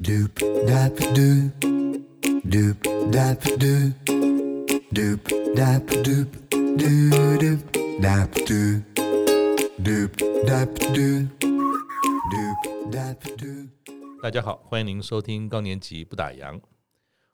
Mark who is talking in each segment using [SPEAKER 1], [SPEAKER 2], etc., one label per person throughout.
[SPEAKER 1] Doop dap doop. Doop dap doop. Doop dap doop. Doo doop dap doop. Doop dap doop. Doop dap doop.
[SPEAKER 2] 大家好，欢迎您收听高年级不打烊。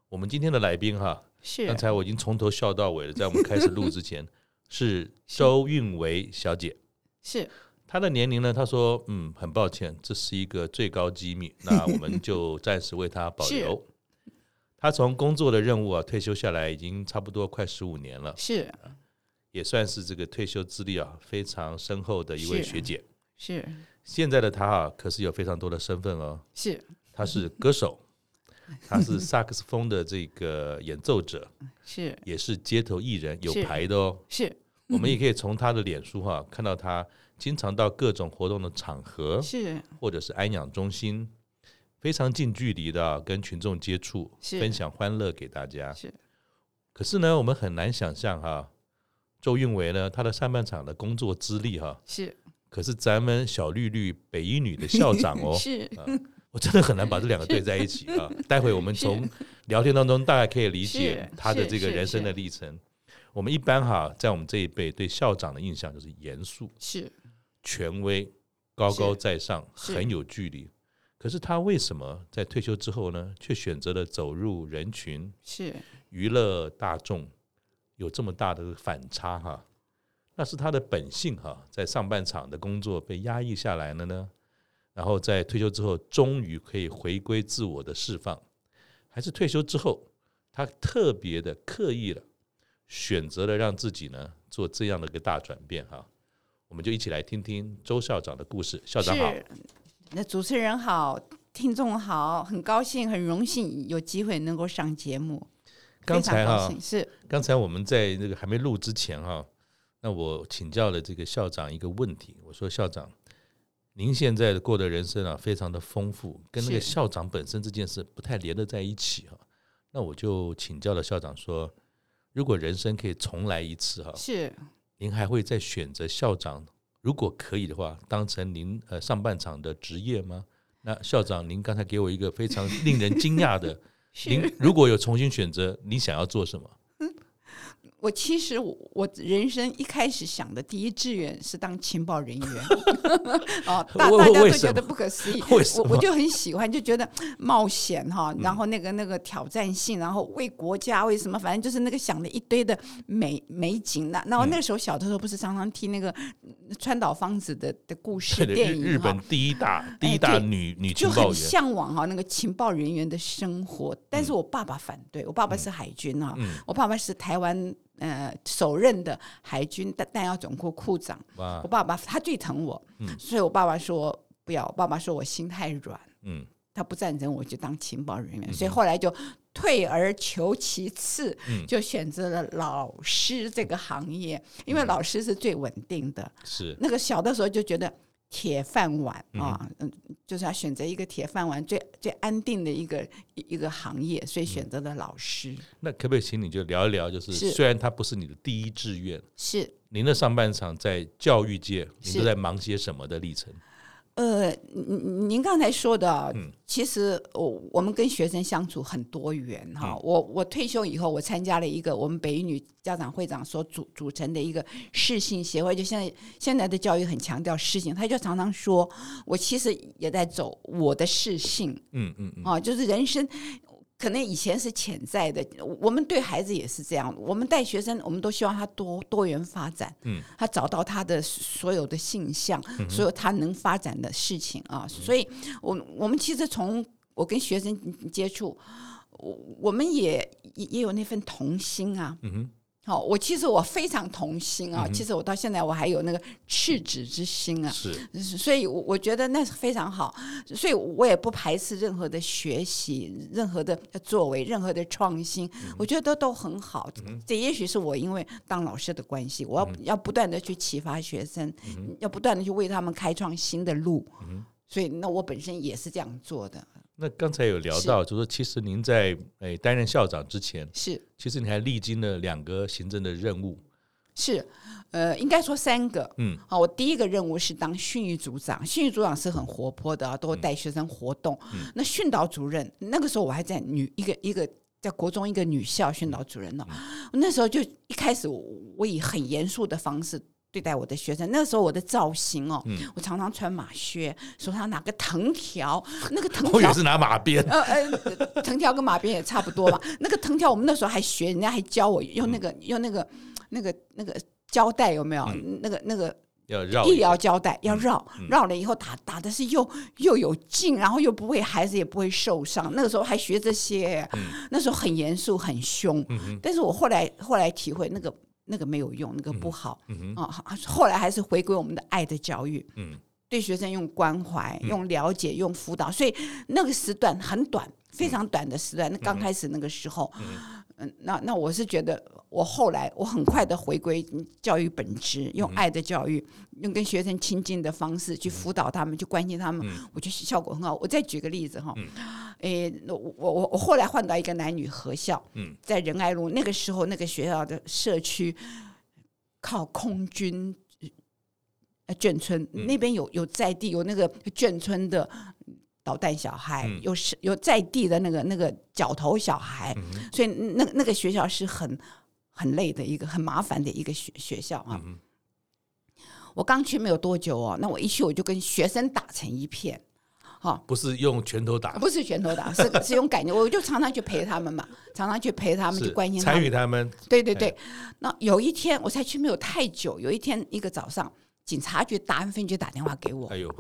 [SPEAKER 2] 我们今天的来宾哈，
[SPEAKER 3] 是
[SPEAKER 2] 刚才我已经从头笑到尾了，在我们开始录之 前是周韵维小姐。
[SPEAKER 3] 是，
[SPEAKER 2] 她的年龄呢？她说：“嗯，很抱歉，这是一个最高机 密，那我们就暂时为她保留
[SPEAKER 3] 是。”
[SPEAKER 2] 她从工作的任务啊退休下来，已经差不多快十五年了，
[SPEAKER 3] 是
[SPEAKER 2] 也算是这个退休资历啊非常深厚的一位
[SPEAKER 3] 是
[SPEAKER 2] 学姐。
[SPEAKER 3] 是
[SPEAKER 2] 现在的她啊，可是有非常多的身份哦。
[SPEAKER 3] 是
[SPEAKER 2] 他是歌 手，他是萨克斯风的这个演奏者，
[SPEAKER 3] 是
[SPEAKER 2] 也是街头艺人，有
[SPEAKER 3] 是
[SPEAKER 2] 牌的哦。
[SPEAKER 3] 是
[SPEAKER 2] 我们也可以从他的脸书哈、看到他经常到各种活动的场合，
[SPEAKER 3] 是
[SPEAKER 2] 或者是安养中心，非常近距离的、啊跟群众接触，
[SPEAKER 3] 是
[SPEAKER 2] 分享欢乐给大家。
[SPEAKER 3] 是
[SPEAKER 2] 可是呢，我们很难想象哈、周运维呢，他的上半场的工作资历哈、
[SPEAKER 3] 是
[SPEAKER 2] 可是咱们小绿绿北一女的校长哦，
[SPEAKER 3] 是
[SPEAKER 2] 啊，我真的很难把这两个对在一起啊。待会我们从聊天当中大概可以理解
[SPEAKER 3] 是
[SPEAKER 2] 他的这
[SPEAKER 3] 是
[SPEAKER 2] 个
[SPEAKER 3] 是
[SPEAKER 2] 人生
[SPEAKER 3] 是
[SPEAKER 2] 的历程。我们一般哈，在我们这一辈对校长的印象就是严肃、
[SPEAKER 3] 是
[SPEAKER 2] 权威、高高在上，
[SPEAKER 3] 是
[SPEAKER 2] 很有距离。可是他为什么在退休之后呢，却选择了走入人群、
[SPEAKER 3] 是
[SPEAKER 2] 娱乐大众，有这么大的反差哈？那是他的本性哈，在上半场的工作被压抑下来了呢，然后在退休之后，终于可以回归自我的释放，还是退休之后，他特别的刻意了，选择了让自己呢做这样的一个大转变哈。我们就一起来听听周校长的故事。校长好，
[SPEAKER 3] 是。那主持人好，听众好，很高兴，很荣幸有机会能够上节目，
[SPEAKER 2] 刚才
[SPEAKER 3] 非常高
[SPEAKER 2] 哈，
[SPEAKER 3] 兴是
[SPEAKER 2] 刚才我们在那个还没录之前哈、那我请教了这个校长一个问题，我说校长，您现在过的人生啊非常的丰富，跟那个
[SPEAKER 3] 是
[SPEAKER 2] 校长本身这件事不太连得在一起哈、那我就请教了校长说，如果人生可以重来一次哈、
[SPEAKER 3] 是
[SPEAKER 2] 您还会再选择校长？如果可以的话，当成您呃上半场的职业吗？那校长，您刚才给我一个非常令人惊讶的，您
[SPEAKER 3] 是。
[SPEAKER 2] 如果有重新选择，你想要做什么？
[SPEAKER 3] 我其实我我人生一开始想的第一志愿是当情报人员， 哦，大
[SPEAKER 2] 为
[SPEAKER 3] 大家
[SPEAKER 2] 为
[SPEAKER 3] 都
[SPEAKER 2] 什
[SPEAKER 3] 觉得
[SPEAKER 2] 么
[SPEAKER 3] 不可思议，
[SPEAKER 2] 为什
[SPEAKER 3] 我
[SPEAKER 2] 么？嗯
[SPEAKER 3] 我就很喜欢，就觉得冒险哈，然后那个那个挑战性，然后为国家为什么，反正就是那个想了一堆的美美景那那
[SPEAKER 2] 嗯
[SPEAKER 3] 我那个时候小的时候不是常常听那个嗯川岛芳子的的故事
[SPEAKER 2] 对的，
[SPEAKER 3] 电
[SPEAKER 2] 日
[SPEAKER 3] 影
[SPEAKER 2] 日本
[SPEAKER 3] 哈。
[SPEAKER 2] 第一大第一
[SPEAKER 3] 哎
[SPEAKER 2] 大
[SPEAKER 3] 对
[SPEAKER 2] 女女
[SPEAKER 3] 就
[SPEAKER 2] 情报
[SPEAKER 3] 很
[SPEAKER 2] 员，
[SPEAKER 3] 向往哈那个情报人员的生活，但是我爸爸反对，我爸爸是海军哈，
[SPEAKER 2] 嗯，
[SPEAKER 3] 我爸爸是台湾呃首任的海军弹弹药总库库长，
[SPEAKER 2] 哇
[SPEAKER 3] 我，爸爸他最疼我，
[SPEAKER 2] 啊嗯
[SPEAKER 3] 所以我爸爸说不要，我爸爸说我心太软，
[SPEAKER 2] 嗯，
[SPEAKER 3] 他不赞成我去当情报人员，
[SPEAKER 2] 嗯
[SPEAKER 3] 所以后来就退而求其次，
[SPEAKER 2] 嗯
[SPEAKER 3] 就选择了老师这个行业，
[SPEAKER 2] 嗯
[SPEAKER 3] 因为老师是最稳定的。
[SPEAKER 2] 是，
[SPEAKER 3] 那个小的时候就觉得铁饭碗啊，嗯，就是要选择一个铁饭碗最最安定的一个一一个行业，所以选择了老师。
[SPEAKER 2] 那可不可以请你就聊一聊，就是
[SPEAKER 3] 是
[SPEAKER 2] 虽然它不是你的第一志愿，
[SPEAKER 3] 是，
[SPEAKER 2] 您的上半场在教育界，您都
[SPEAKER 3] 是
[SPEAKER 2] 在忙些什么的历程？
[SPEAKER 3] 呃，您您刚才说的啊，
[SPEAKER 2] 嗯
[SPEAKER 3] 其实我我们跟学生相处很多元哈。我我退休以后，我参加了一个我们北一女家长会长所组组成的一个适性协会，就现在现在的教育很强调适性，他就常常说，我其实也在走我的适性
[SPEAKER 2] 嗯嗯嗯，
[SPEAKER 3] 啊，就是人生。可能以前是潜在的，我们对孩子也是这样。我们带学生，我们都希望他多多元发展，
[SPEAKER 2] 嗯，
[SPEAKER 3] 他找到他的所有的性向，所有他能发展的事情啊。所以，我我们其实从我跟学生接触，我我们也也也有那份童心啊，
[SPEAKER 2] 嗯哼，嗯
[SPEAKER 3] 好、我其实我非常童心啊，其实我到现在我还有那个赤子之心啊，
[SPEAKER 2] 是，
[SPEAKER 3] 所以我我觉得那是非常好，所以我也不排斥任何的学习、任何的作为、任何的创新，我觉得都很好。这也许是我因为当老师的关系，我要、要不断的去启发学生，要不断的去为他们开创新的路。所以，那我本身也是这样做的，
[SPEAKER 2] 那刚才有聊
[SPEAKER 3] 是
[SPEAKER 2] 到，就说其实您哎在诶担任校长之前，
[SPEAKER 3] 是
[SPEAKER 2] 其实你还历经了两个行政的任务，
[SPEAKER 3] 是，呃，应该说三个。
[SPEAKER 2] 嗯，
[SPEAKER 3] 好，我第一个任务是当训育组长，训育组长是很活泼的啊，都会带学生活动。那训导主任，那个时候我还在女一个一个在国中一个女校训导主任呢、嗯那时候就一开始我我以很严肃的方式。对待我的学生，那时候我的造型哦，我常常穿马靴，手上拿个藤条，那个藤
[SPEAKER 2] 我以
[SPEAKER 3] 条
[SPEAKER 2] 为是拿马鞭，
[SPEAKER 3] 呃呃，藤条跟马鞭也差不多嘛。那个藤条，我们那时候还学，人家还教我用那个、用那个那个那个胶带，有没有？那个那个
[SPEAKER 2] 要嗯绕
[SPEAKER 3] 医
[SPEAKER 2] 一下嗯
[SPEAKER 3] 疗胶带要绕，绕了以后打打的是又又有劲，然后又不会孩子也不会受伤。那个时候还学这些，
[SPEAKER 2] 嗯
[SPEAKER 3] 那时候很严肃很凶，但是我后来后来体会那个那个没有用，那个不好
[SPEAKER 2] 嗯
[SPEAKER 3] 啊、后来还是回归我们的爱的教育，
[SPEAKER 2] 嗯
[SPEAKER 3] 对学生用关怀、用了解、用辅导，所以那个时段很短，非常短的时段。那刚开始那个时候，嗯，那那我是觉得，我后来我很快的回归教育本质，用爱的教育，用跟学生亲近的方式去辅导他们，去关心他们，我觉得效果很好。我再举个例子哈，诶，我我我我后来换到一个男女合校，
[SPEAKER 2] 嗯
[SPEAKER 3] 在仁爱路，那个时候那个学校的社区靠空军。呃眷村
[SPEAKER 2] 嗯
[SPEAKER 3] 那边有有在地有那个眷村的导弹小孩，
[SPEAKER 2] 嗯
[SPEAKER 3] 有是有在地的那个那个角头小孩，
[SPEAKER 2] 嗯
[SPEAKER 3] 所以那那个学校是很很累的一个很麻烦的一个学学校啊。
[SPEAKER 2] 嗯
[SPEAKER 3] 我刚去没有多久哦，那我一去我就跟学生打成一片，哈、
[SPEAKER 2] 不是用拳头打，
[SPEAKER 3] 啊不是拳头打，是是用感觉，我就常常去陪他们嘛，常常去陪他们，去
[SPEAKER 2] 是
[SPEAKER 3] 关心他
[SPEAKER 2] 参
[SPEAKER 3] 们
[SPEAKER 2] 与。哎他们，
[SPEAKER 3] 对对对。那有一天我才去没有太久，有一天一个早上，警察局达安分局打电话给我
[SPEAKER 2] 哎，呦，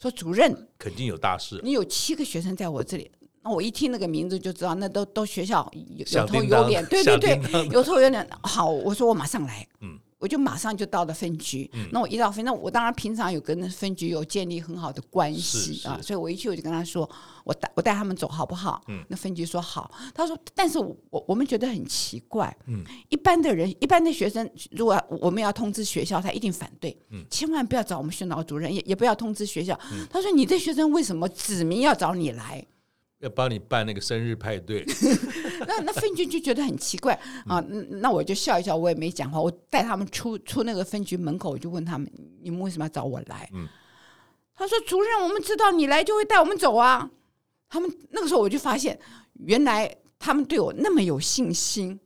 [SPEAKER 3] 说主任，
[SPEAKER 2] 肯定有大事，啊
[SPEAKER 3] 你有七个学生在我这里。那我一听那个名字就知道，那都都学校有有
[SPEAKER 2] 小
[SPEAKER 3] 头
[SPEAKER 2] 叮
[SPEAKER 3] 有
[SPEAKER 2] 当
[SPEAKER 3] 脸，对对
[SPEAKER 2] 小
[SPEAKER 3] 对
[SPEAKER 2] 叮，当
[SPEAKER 3] 有头有脸。好，我说我马上来，
[SPEAKER 2] 嗯
[SPEAKER 3] 我就马上就到了分局。那我一到分，那我当然平常有跟那分局有建立很好的关
[SPEAKER 2] 是
[SPEAKER 3] 系
[SPEAKER 2] 是
[SPEAKER 3] 啊，所以我一去我就跟他说，我带我带他们走好不好？
[SPEAKER 2] 嗯
[SPEAKER 3] 那分局说好，他说，但是我我我们觉得很奇怪，
[SPEAKER 2] 嗯
[SPEAKER 3] 一般的人，一般的学生，如果我们要通知学校，他一定反对，
[SPEAKER 2] 嗯
[SPEAKER 3] 千万不要找我们训导主任，也也不要通知学校。他说，你的学生为什么指明要找你来？
[SPEAKER 2] 要帮你办那个生日派 对，
[SPEAKER 3] 那那分局就觉得很奇怪啊，嗯那我就笑一笑，我也没讲话。我带他们出出那个分局门口，我就问他们：你们为什么要找我来？
[SPEAKER 2] 嗯
[SPEAKER 3] 他说：“主任，我们知道你来就会带我们走啊。”他们那个时候我就发现，原来他们对我那么有信心。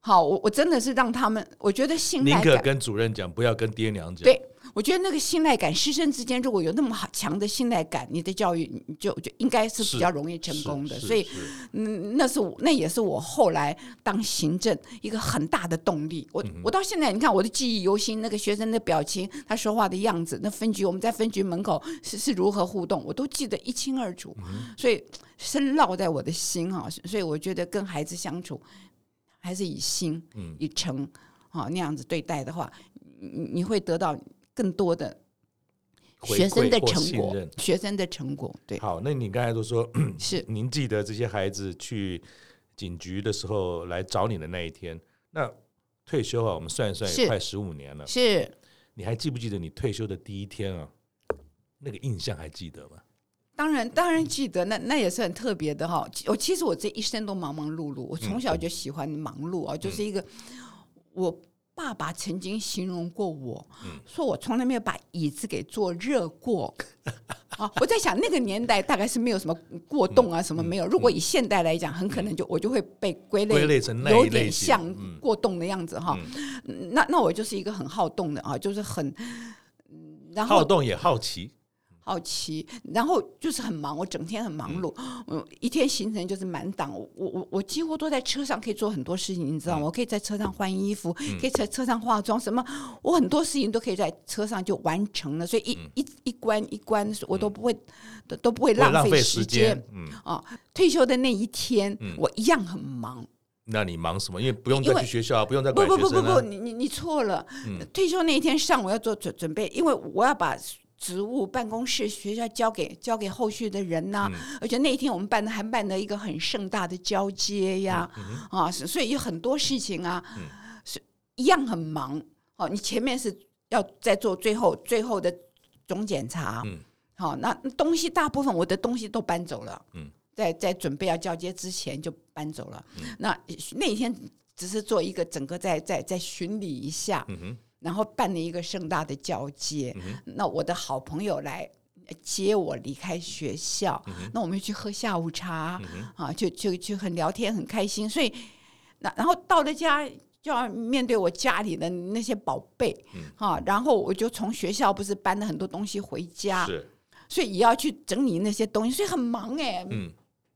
[SPEAKER 3] 好，我我真的是让他们，我觉得信
[SPEAKER 2] 宁
[SPEAKER 3] 赖
[SPEAKER 2] 可
[SPEAKER 3] 感。
[SPEAKER 2] 跟主任讲，不要跟爹娘讲。
[SPEAKER 3] 对，我觉得那个信赖感，师生之间如果有那么好强的信赖感，你的教育你就就应该是比
[SPEAKER 2] 是
[SPEAKER 3] 较容易成
[SPEAKER 2] 是，
[SPEAKER 3] 功的。
[SPEAKER 2] 是
[SPEAKER 3] 所以
[SPEAKER 2] 是
[SPEAKER 3] 嗯，那是我，那也是我后来当行政一个很大的动力。
[SPEAKER 2] 嗯
[SPEAKER 3] 我、我到现在，你看我的记忆犹新，那个学生的表情，他说话的样子，那分局我们在分局门口是是如何互动，我都记得一清二
[SPEAKER 2] 嗯
[SPEAKER 3] 楚。所以深烙在我的心哈、所以我觉得跟孩子相处还是以心、
[SPEAKER 2] 嗯
[SPEAKER 3] 以诚啊、那样子对待的话，你你你会得到更多的
[SPEAKER 2] 回
[SPEAKER 3] 学生
[SPEAKER 2] 馈
[SPEAKER 3] 的
[SPEAKER 2] 或
[SPEAKER 3] 成
[SPEAKER 2] 信
[SPEAKER 3] 果
[SPEAKER 2] 任，嗯
[SPEAKER 3] 学生的成果对
[SPEAKER 2] 好，那你刚才都说，
[SPEAKER 3] 是。
[SPEAKER 2] 您记得这些孩子去警局的时候来找你的那一天，那退休啊，我们算一算
[SPEAKER 3] 是
[SPEAKER 2] 也快十五年了，
[SPEAKER 3] 是
[SPEAKER 2] 你还记不记得你退休的第一天啊？那个印象还记得吗？
[SPEAKER 3] 当然，当然记得，那那也是很特别的哈。我其实我这一生都忙忙碌碌，我
[SPEAKER 2] 嗯
[SPEAKER 3] 从小就喜欢忙碌啊，就是一个我爸爸曾经形容过我，
[SPEAKER 2] 嗯
[SPEAKER 3] 说我从来没有把椅子给坐热过。 啊，我在想那个年代大概是没有什么过动
[SPEAKER 2] 嗯
[SPEAKER 3] 啊，什么没有。如果以现代来讲，很可能就我就会被归类
[SPEAKER 2] 归类成那一
[SPEAKER 3] 有
[SPEAKER 2] 类
[SPEAKER 3] 点
[SPEAKER 2] 型
[SPEAKER 3] 像
[SPEAKER 2] 嗯
[SPEAKER 3] 过动的样子哈。嗯那那我就是一个很好动的啊，就是很，嗯然后
[SPEAKER 2] 好动也好奇，
[SPEAKER 3] 好奇，然后就是很忙，我整天很忙碌，嗯，一天行程就是满档，我我我我几乎都在车上可以做很多事情，你知道
[SPEAKER 2] 嗯
[SPEAKER 3] 吗？我可以在车上换衣服，可以在车上化妆，什么，我很多事情都可以在车上就完成了，所以一、
[SPEAKER 2] 嗯
[SPEAKER 3] 一一关一关，我都不会、都都不会
[SPEAKER 2] 不会
[SPEAKER 3] 浪
[SPEAKER 2] 浪费
[SPEAKER 3] 时
[SPEAKER 2] 时间。嗯，
[SPEAKER 3] 啊。退休的那一天，我一样很忙，
[SPEAKER 2] 那你忙什么？因为不用
[SPEAKER 3] 因
[SPEAKER 2] 再
[SPEAKER 3] 为
[SPEAKER 2] 去学校啊，嗯不用再
[SPEAKER 3] 不
[SPEAKER 2] 管
[SPEAKER 3] 不
[SPEAKER 2] 学
[SPEAKER 3] 不不
[SPEAKER 2] 生
[SPEAKER 3] 不，
[SPEAKER 2] 了。
[SPEAKER 3] 你你你错了。退休那一天上午要做准准备，因为我要把职务、办公室、学校交给交给后续的人呐、
[SPEAKER 2] 嗯
[SPEAKER 3] 而且那一天我们办的还办了一个很盛大的交接呀，
[SPEAKER 2] 嗯
[SPEAKER 3] 啊，所所以有很多事情啊，是一样很忙。哦，你前面是要再做最后最后的总检查，
[SPEAKER 2] 嗯
[SPEAKER 3] 好、那东西大部分我的东西都搬走了，
[SPEAKER 2] 嗯，
[SPEAKER 3] 在在准备要交接之前就搬走了。那那一天只是做一个整个在在在巡礼一下，
[SPEAKER 2] 嗯哼，
[SPEAKER 3] 然后办了一个盛大的交接。
[SPEAKER 2] 嗯哼，
[SPEAKER 3] 那我的好朋友来接我离开学校，
[SPEAKER 2] 嗯哼，
[SPEAKER 3] 那我们去喝下午茶
[SPEAKER 2] 嗯哼，
[SPEAKER 3] 啊，就就就很聊天，很开心。所以，那然后到了家就要面对我家里的那些宝贝
[SPEAKER 2] 嗯，
[SPEAKER 3] 啊，然后我就从学校不是搬了很多东西回家，
[SPEAKER 2] 是，
[SPEAKER 3] 所以也要去整理那些东西，所以很忙哎、
[SPEAKER 2] 嗯。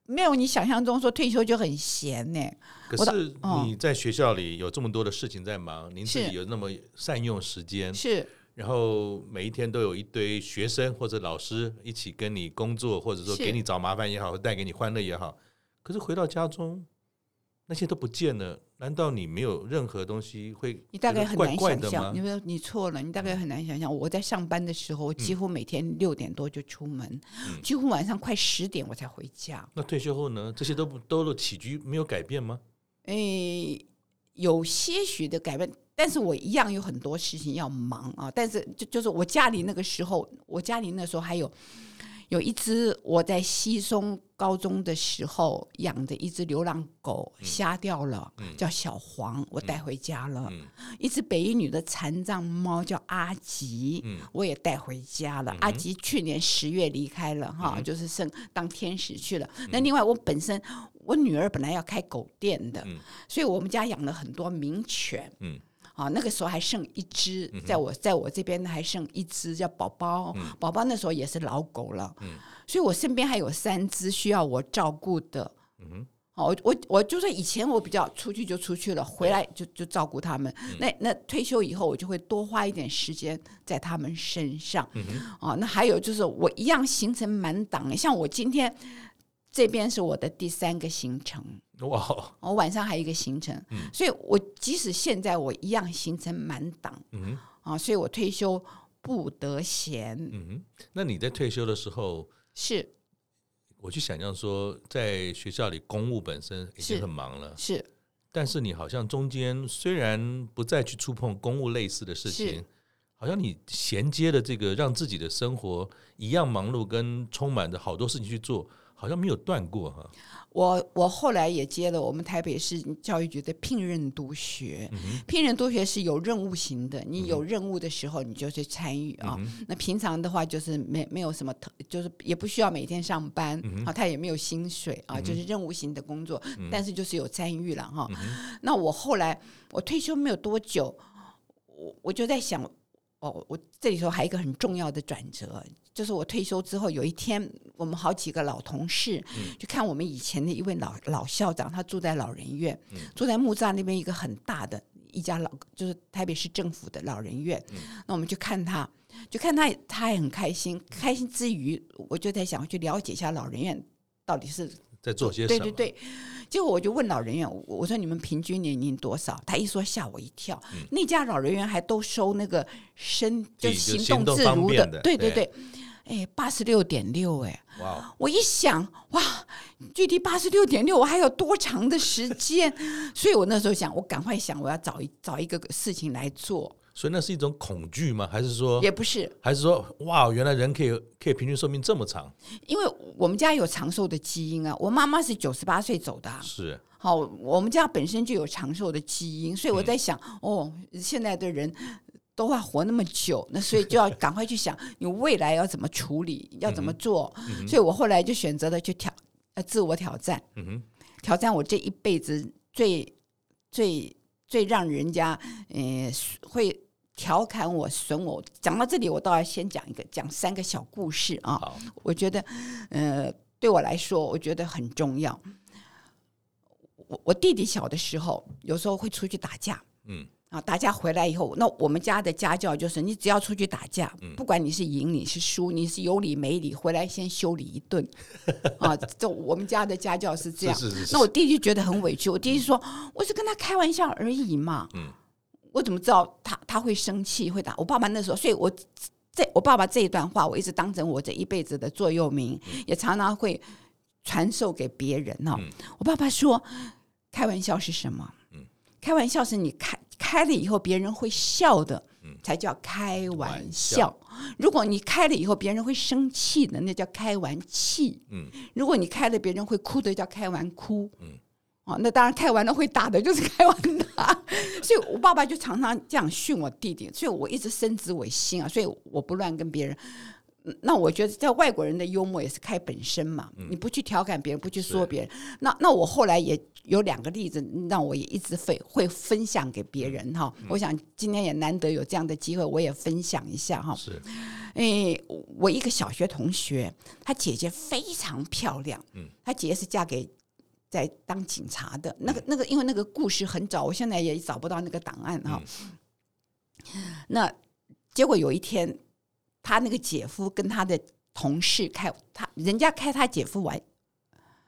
[SPEAKER 3] 没有你想象中说退休就很闲呢、欸
[SPEAKER 2] 可
[SPEAKER 3] 我的
[SPEAKER 2] 是
[SPEAKER 3] 哦
[SPEAKER 2] 你在学校里有这么多的事情在忙，您自己
[SPEAKER 3] 是
[SPEAKER 2] 有那么善用时间，
[SPEAKER 3] 是
[SPEAKER 2] 然后每一天都有一堆学生或者老师一起跟你工作，或者说
[SPEAKER 3] 是
[SPEAKER 2] 给你找麻烦也好，带给你欢乐也好。可是回到家中，那些都不见了，难道你没有任何东西会
[SPEAKER 3] 你大概很
[SPEAKER 2] 怪
[SPEAKER 3] 难
[SPEAKER 2] 怪
[SPEAKER 3] 想
[SPEAKER 2] 的
[SPEAKER 3] 象，
[SPEAKER 2] 吗
[SPEAKER 3] 你？说你错了，你大概很难想象。我在上班的时候，我几乎每天六点多就出门，
[SPEAKER 2] 嗯
[SPEAKER 3] 几乎晚上快十点我才回家。
[SPEAKER 2] 那退休后呢？这些都不都的起居没有改变吗？
[SPEAKER 3] 诶，有些许的改变，但是我一样有很多事情要忙啊。但是就就是我家里那个时候，我家里那时候还有有一只我在西松高中的时候养的一只流浪狗，瞎掉了，
[SPEAKER 2] 嗯
[SPEAKER 3] 叫小黄，我带回家了。
[SPEAKER 2] 嗯
[SPEAKER 3] 一只北一女的残障猫叫阿吉，
[SPEAKER 2] 嗯
[SPEAKER 3] 我也带回家了。阿吉去年十月离开了
[SPEAKER 2] 嗯
[SPEAKER 3] 哈，就是升当天使去了。那另外，我本身我女儿本来要开狗店的，
[SPEAKER 2] 嗯
[SPEAKER 3] 所以我们家养了很多名犬。
[SPEAKER 2] 嗯
[SPEAKER 3] 啊，那个时候还剩一只，在我在我这边还剩一只叫宝宝，宝宝那时候也是老狗了，
[SPEAKER 2] 嗯
[SPEAKER 3] 所以我身边还有三只需要我照顾的，
[SPEAKER 2] 嗯哼
[SPEAKER 3] 哦，我我我就是以前我比较出去就出去了，回
[SPEAKER 2] 嗯
[SPEAKER 3] 来就就照顾他们。那那退休以后，我就会多花一点时间在他们身上。
[SPEAKER 2] 嗯哼
[SPEAKER 3] 哦，那还有就是我一样行程满档的，像我今天这边是我的第三个行程，
[SPEAKER 2] 哇，
[SPEAKER 3] 我哦晚上还有一个行程，
[SPEAKER 2] 嗯
[SPEAKER 3] 所以我即使现在我一样行程满档
[SPEAKER 2] 嗯哼
[SPEAKER 3] 啊、所以我退休不得闲。
[SPEAKER 2] 嗯哼。那你在退休的时候，
[SPEAKER 3] 是
[SPEAKER 2] 我去想象说，在学校里公务本身已经
[SPEAKER 3] 是
[SPEAKER 2] 很忙了，
[SPEAKER 3] 是
[SPEAKER 2] 但是你好像中间虽然不再去触碰公务类似的事情
[SPEAKER 3] 是，
[SPEAKER 2] 好像你衔接的这个让自己的生活一样忙碌，跟充满着好多事情去做，好像没有断过哈。
[SPEAKER 3] 我我后来也接了我们台北市教育局的聘任督学，聘任督学是有任务型的，你有任务的时候你就去参与啊。那平常的话就是没没有什么特，就是也不需要每天上班、啊，他也没有薪水啊，就是任务型的工作，但是就是有参与了哈、那我后来我退休没有多久，我我就在想，哦，我这里头还有一个很重要的转折，就是我退休之后有一天，我们好几个老同事、去看我们以前的一位老老校长，他住在老人院，住在木栅那边一个很大的一家老，就是台北市政府的老人院。那我们去看他，就看他，他也很开心。开心之余，我就在想去了解一下老人院到底是
[SPEAKER 2] 在做些什
[SPEAKER 3] 对
[SPEAKER 2] 么？
[SPEAKER 3] 对对，结果我就问老人院，我我说你们平均年龄多少？他一说吓我一跳，那家老人院还都收那个身就
[SPEAKER 2] 嗯就是
[SPEAKER 3] 行
[SPEAKER 2] 行动
[SPEAKER 3] 自
[SPEAKER 2] 方
[SPEAKER 3] 如
[SPEAKER 2] 便的
[SPEAKER 3] 对对
[SPEAKER 2] 对
[SPEAKER 3] 对，哎，八十六点六，哎，
[SPEAKER 2] 哇，哦
[SPEAKER 3] 我一想，哇，距离八十六点六我还有多长的时间？ 所以我那时候想，我赶快想，我要找一找一个事情来做，
[SPEAKER 2] 所以那是一种恐惧吗？还是说
[SPEAKER 3] 也，不是
[SPEAKER 2] 还是说，哇，原来人可以可以平均寿命这么长？
[SPEAKER 3] 因为我们家有长寿的基因啊，我妈妈是九十八岁走的、啊，
[SPEAKER 2] 是，
[SPEAKER 3] 好，我们家本身就有长寿的基因，所以我在想，哦，现在的人都要活那么久，那所以就要赶快去想你未来要怎么处理，要怎么做。所以我后来就选择了去挑呃自我挑战，
[SPEAKER 2] 嗯哼，
[SPEAKER 3] 挑战我这一辈子最最最让人家呃会调侃我损我。讲到这里，我倒要先讲一个讲三个小故事啊。
[SPEAKER 2] 好，
[SPEAKER 3] 我觉得，呃，对我来说，我觉得很重要。我我弟弟小的时候，有时候会出去打架
[SPEAKER 2] 嗯
[SPEAKER 3] 啊，打架回来以后，那我们家的家教就是，你只要出去打架，
[SPEAKER 2] 嗯
[SPEAKER 3] 不管你是赢你是输，你是有理没理，回来先修理一 顿啊。这我们家的家教是这样。
[SPEAKER 2] 是是是
[SPEAKER 3] 那我弟弟觉得很委屈，我弟弟说，我是跟他开玩笑而已嘛，
[SPEAKER 2] 嗯
[SPEAKER 3] 我怎么知道他他会生气会打？我爸爸那时候，所以我这我爸爸这一段话，我一直当成我这一辈子的座右铭，也常常会传授给别人哦。
[SPEAKER 2] 嗯
[SPEAKER 3] 我爸爸说，开玩笑是什么？
[SPEAKER 2] 嗯
[SPEAKER 3] 开玩笑是你开开了以后别人会笑的，
[SPEAKER 2] 嗯
[SPEAKER 3] 才叫开玩
[SPEAKER 2] 玩
[SPEAKER 3] 笑。
[SPEAKER 2] 笑
[SPEAKER 3] 如果你开了以后别人会生气的，那叫开玩气；
[SPEAKER 2] 嗯
[SPEAKER 3] 如果你开了别人会哭的，叫开玩哭。
[SPEAKER 2] 嗯
[SPEAKER 3] 哦，那当然开完了会打的，就是开完打。所以我爸爸就常常这样训我弟弟，所以我一直深植我心啊，所以我不乱跟别人。嗯那我觉得在外国人的幽默也是开本身嘛，你不去调侃别人，不去说别人。那那我后来也有两个例子，让我也一直会会分享给别人哈。我想今天也难得有这样的机会，我也分享一下哈。
[SPEAKER 2] 是
[SPEAKER 3] 诶，我一个小学同学，她姐姐非常漂亮，嗯，她姐姐是嫁给在当警察的那个那个，因为那个故事很早，我现在也找不到那个档案哈、那结果有一天，她那个姐夫跟她的同事开他，人家开她姐夫玩，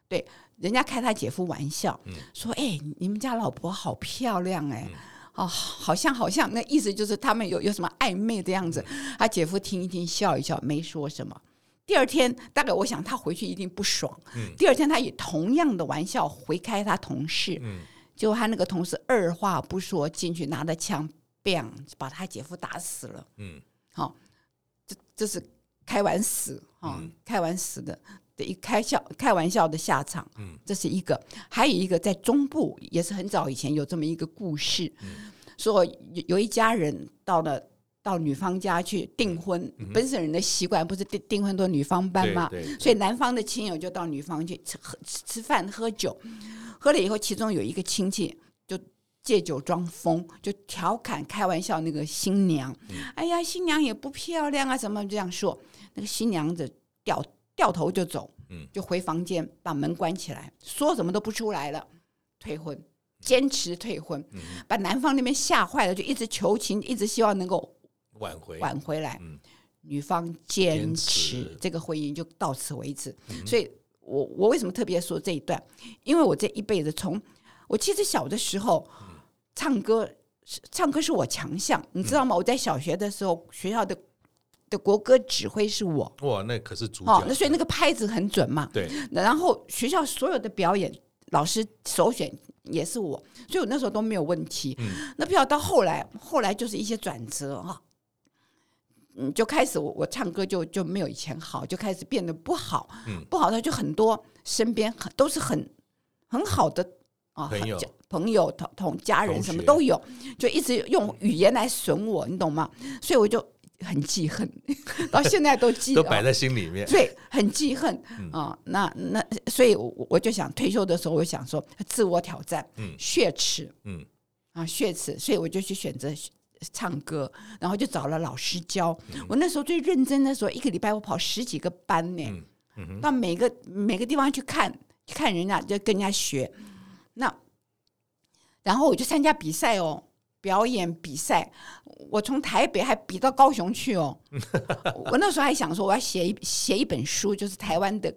[SPEAKER 3] 对，人家开她姐夫玩笑，说：“哎，你们家老婆好漂亮哎、哦，好像好像，那意思就是他们有有什么暧昧的样子。他姐夫听一听，笑一笑，没说什么。第二天，大概我想他回去一定不爽。第二天，他以同样的玩笑回开他同事，
[SPEAKER 2] 嗯
[SPEAKER 3] 结果他那个同事二话不说进去拿着枪，bang 把他姐夫打死了。
[SPEAKER 2] 嗯，
[SPEAKER 3] 好、这这是开完死啊、
[SPEAKER 2] 嗯
[SPEAKER 3] 开完死的的一开笑开玩笑的下场，
[SPEAKER 2] 嗯，
[SPEAKER 3] 这是一个，还有一个在中部也是很早以前有这么一个故事，
[SPEAKER 2] 嗯
[SPEAKER 3] 说有有一家人到了。到女方家去订婚，本省人的习惯不是订订婚都女方办
[SPEAKER 2] 嗯对
[SPEAKER 3] 吗？
[SPEAKER 2] 对对
[SPEAKER 3] 所以男方的亲友就到女方去吃喝吃吃饭喝酒，喝了以后，其中有一个亲戚就借酒装疯，就调侃开玩笑那个新娘，
[SPEAKER 2] 嗯
[SPEAKER 3] 哎呀，新娘也不漂亮啊，什么这样说，那个新娘子掉掉头就走，
[SPEAKER 2] 嗯
[SPEAKER 3] 就回房间把门关起来，说什么都不出来了，退婚，
[SPEAKER 2] 嗯
[SPEAKER 3] 坚持退婚，把男方那边吓坏了，就一直求情，一直希望能够
[SPEAKER 2] 挽回
[SPEAKER 3] 挽回来，
[SPEAKER 2] 嗯
[SPEAKER 3] 女方坚
[SPEAKER 2] 坚
[SPEAKER 3] 持
[SPEAKER 2] 持嗯
[SPEAKER 3] 这个婚姻就到此为止。所以我我为什么特别说这一段？因为我这一辈子从我其实小的时候、
[SPEAKER 2] 嗯
[SPEAKER 3] 唱歌，是唱歌是我强项，你知道吗？我在小学的时候，学校的的国歌指挥是我，
[SPEAKER 2] 哇，那可是主
[SPEAKER 3] 哦
[SPEAKER 2] 角，，
[SPEAKER 3] 那所以那个拍子很准嘛。
[SPEAKER 2] 对，
[SPEAKER 3] 然后学校所有的表演，老师首选也是我，所以我那时候都没有问题。
[SPEAKER 2] 嗯
[SPEAKER 3] 那不要到后来，后来就是一些转折哈、嗯，就开始我我唱歌就就没有以前好，就开始变得不好，
[SPEAKER 2] 嗯
[SPEAKER 3] 不好的就很多身边很都是很很好的啊
[SPEAKER 2] 朋友
[SPEAKER 3] 很朋友同同家人
[SPEAKER 2] 同
[SPEAKER 3] 什么
[SPEAKER 2] 学
[SPEAKER 3] 都有，就一直用语言来损我，你懂吗？所以我就很记恨， 到现在都记
[SPEAKER 2] 都
[SPEAKER 3] 啊
[SPEAKER 2] 摆在心里面，
[SPEAKER 3] 所以很记恨
[SPEAKER 2] 嗯
[SPEAKER 3] 啊、那那所以我，我我就想退休的时候，我想说自我挑战，
[SPEAKER 2] 嗯
[SPEAKER 3] 血池
[SPEAKER 2] 嗯
[SPEAKER 3] 啊，血池，所以我就去选择唱歌，然后就找了老师教。
[SPEAKER 2] 嗯
[SPEAKER 3] 我那时候最认真的时候，一个礼拜我跑十几个班呢，
[SPEAKER 2] 嗯嗯哼
[SPEAKER 3] 到每个每个地方去看，去看人家就跟人家学。那然后我就参加比赛哦，表演比赛，我从台北还比到高雄去 哦。我那时候还想说，我要写一写一本书，就是台湾的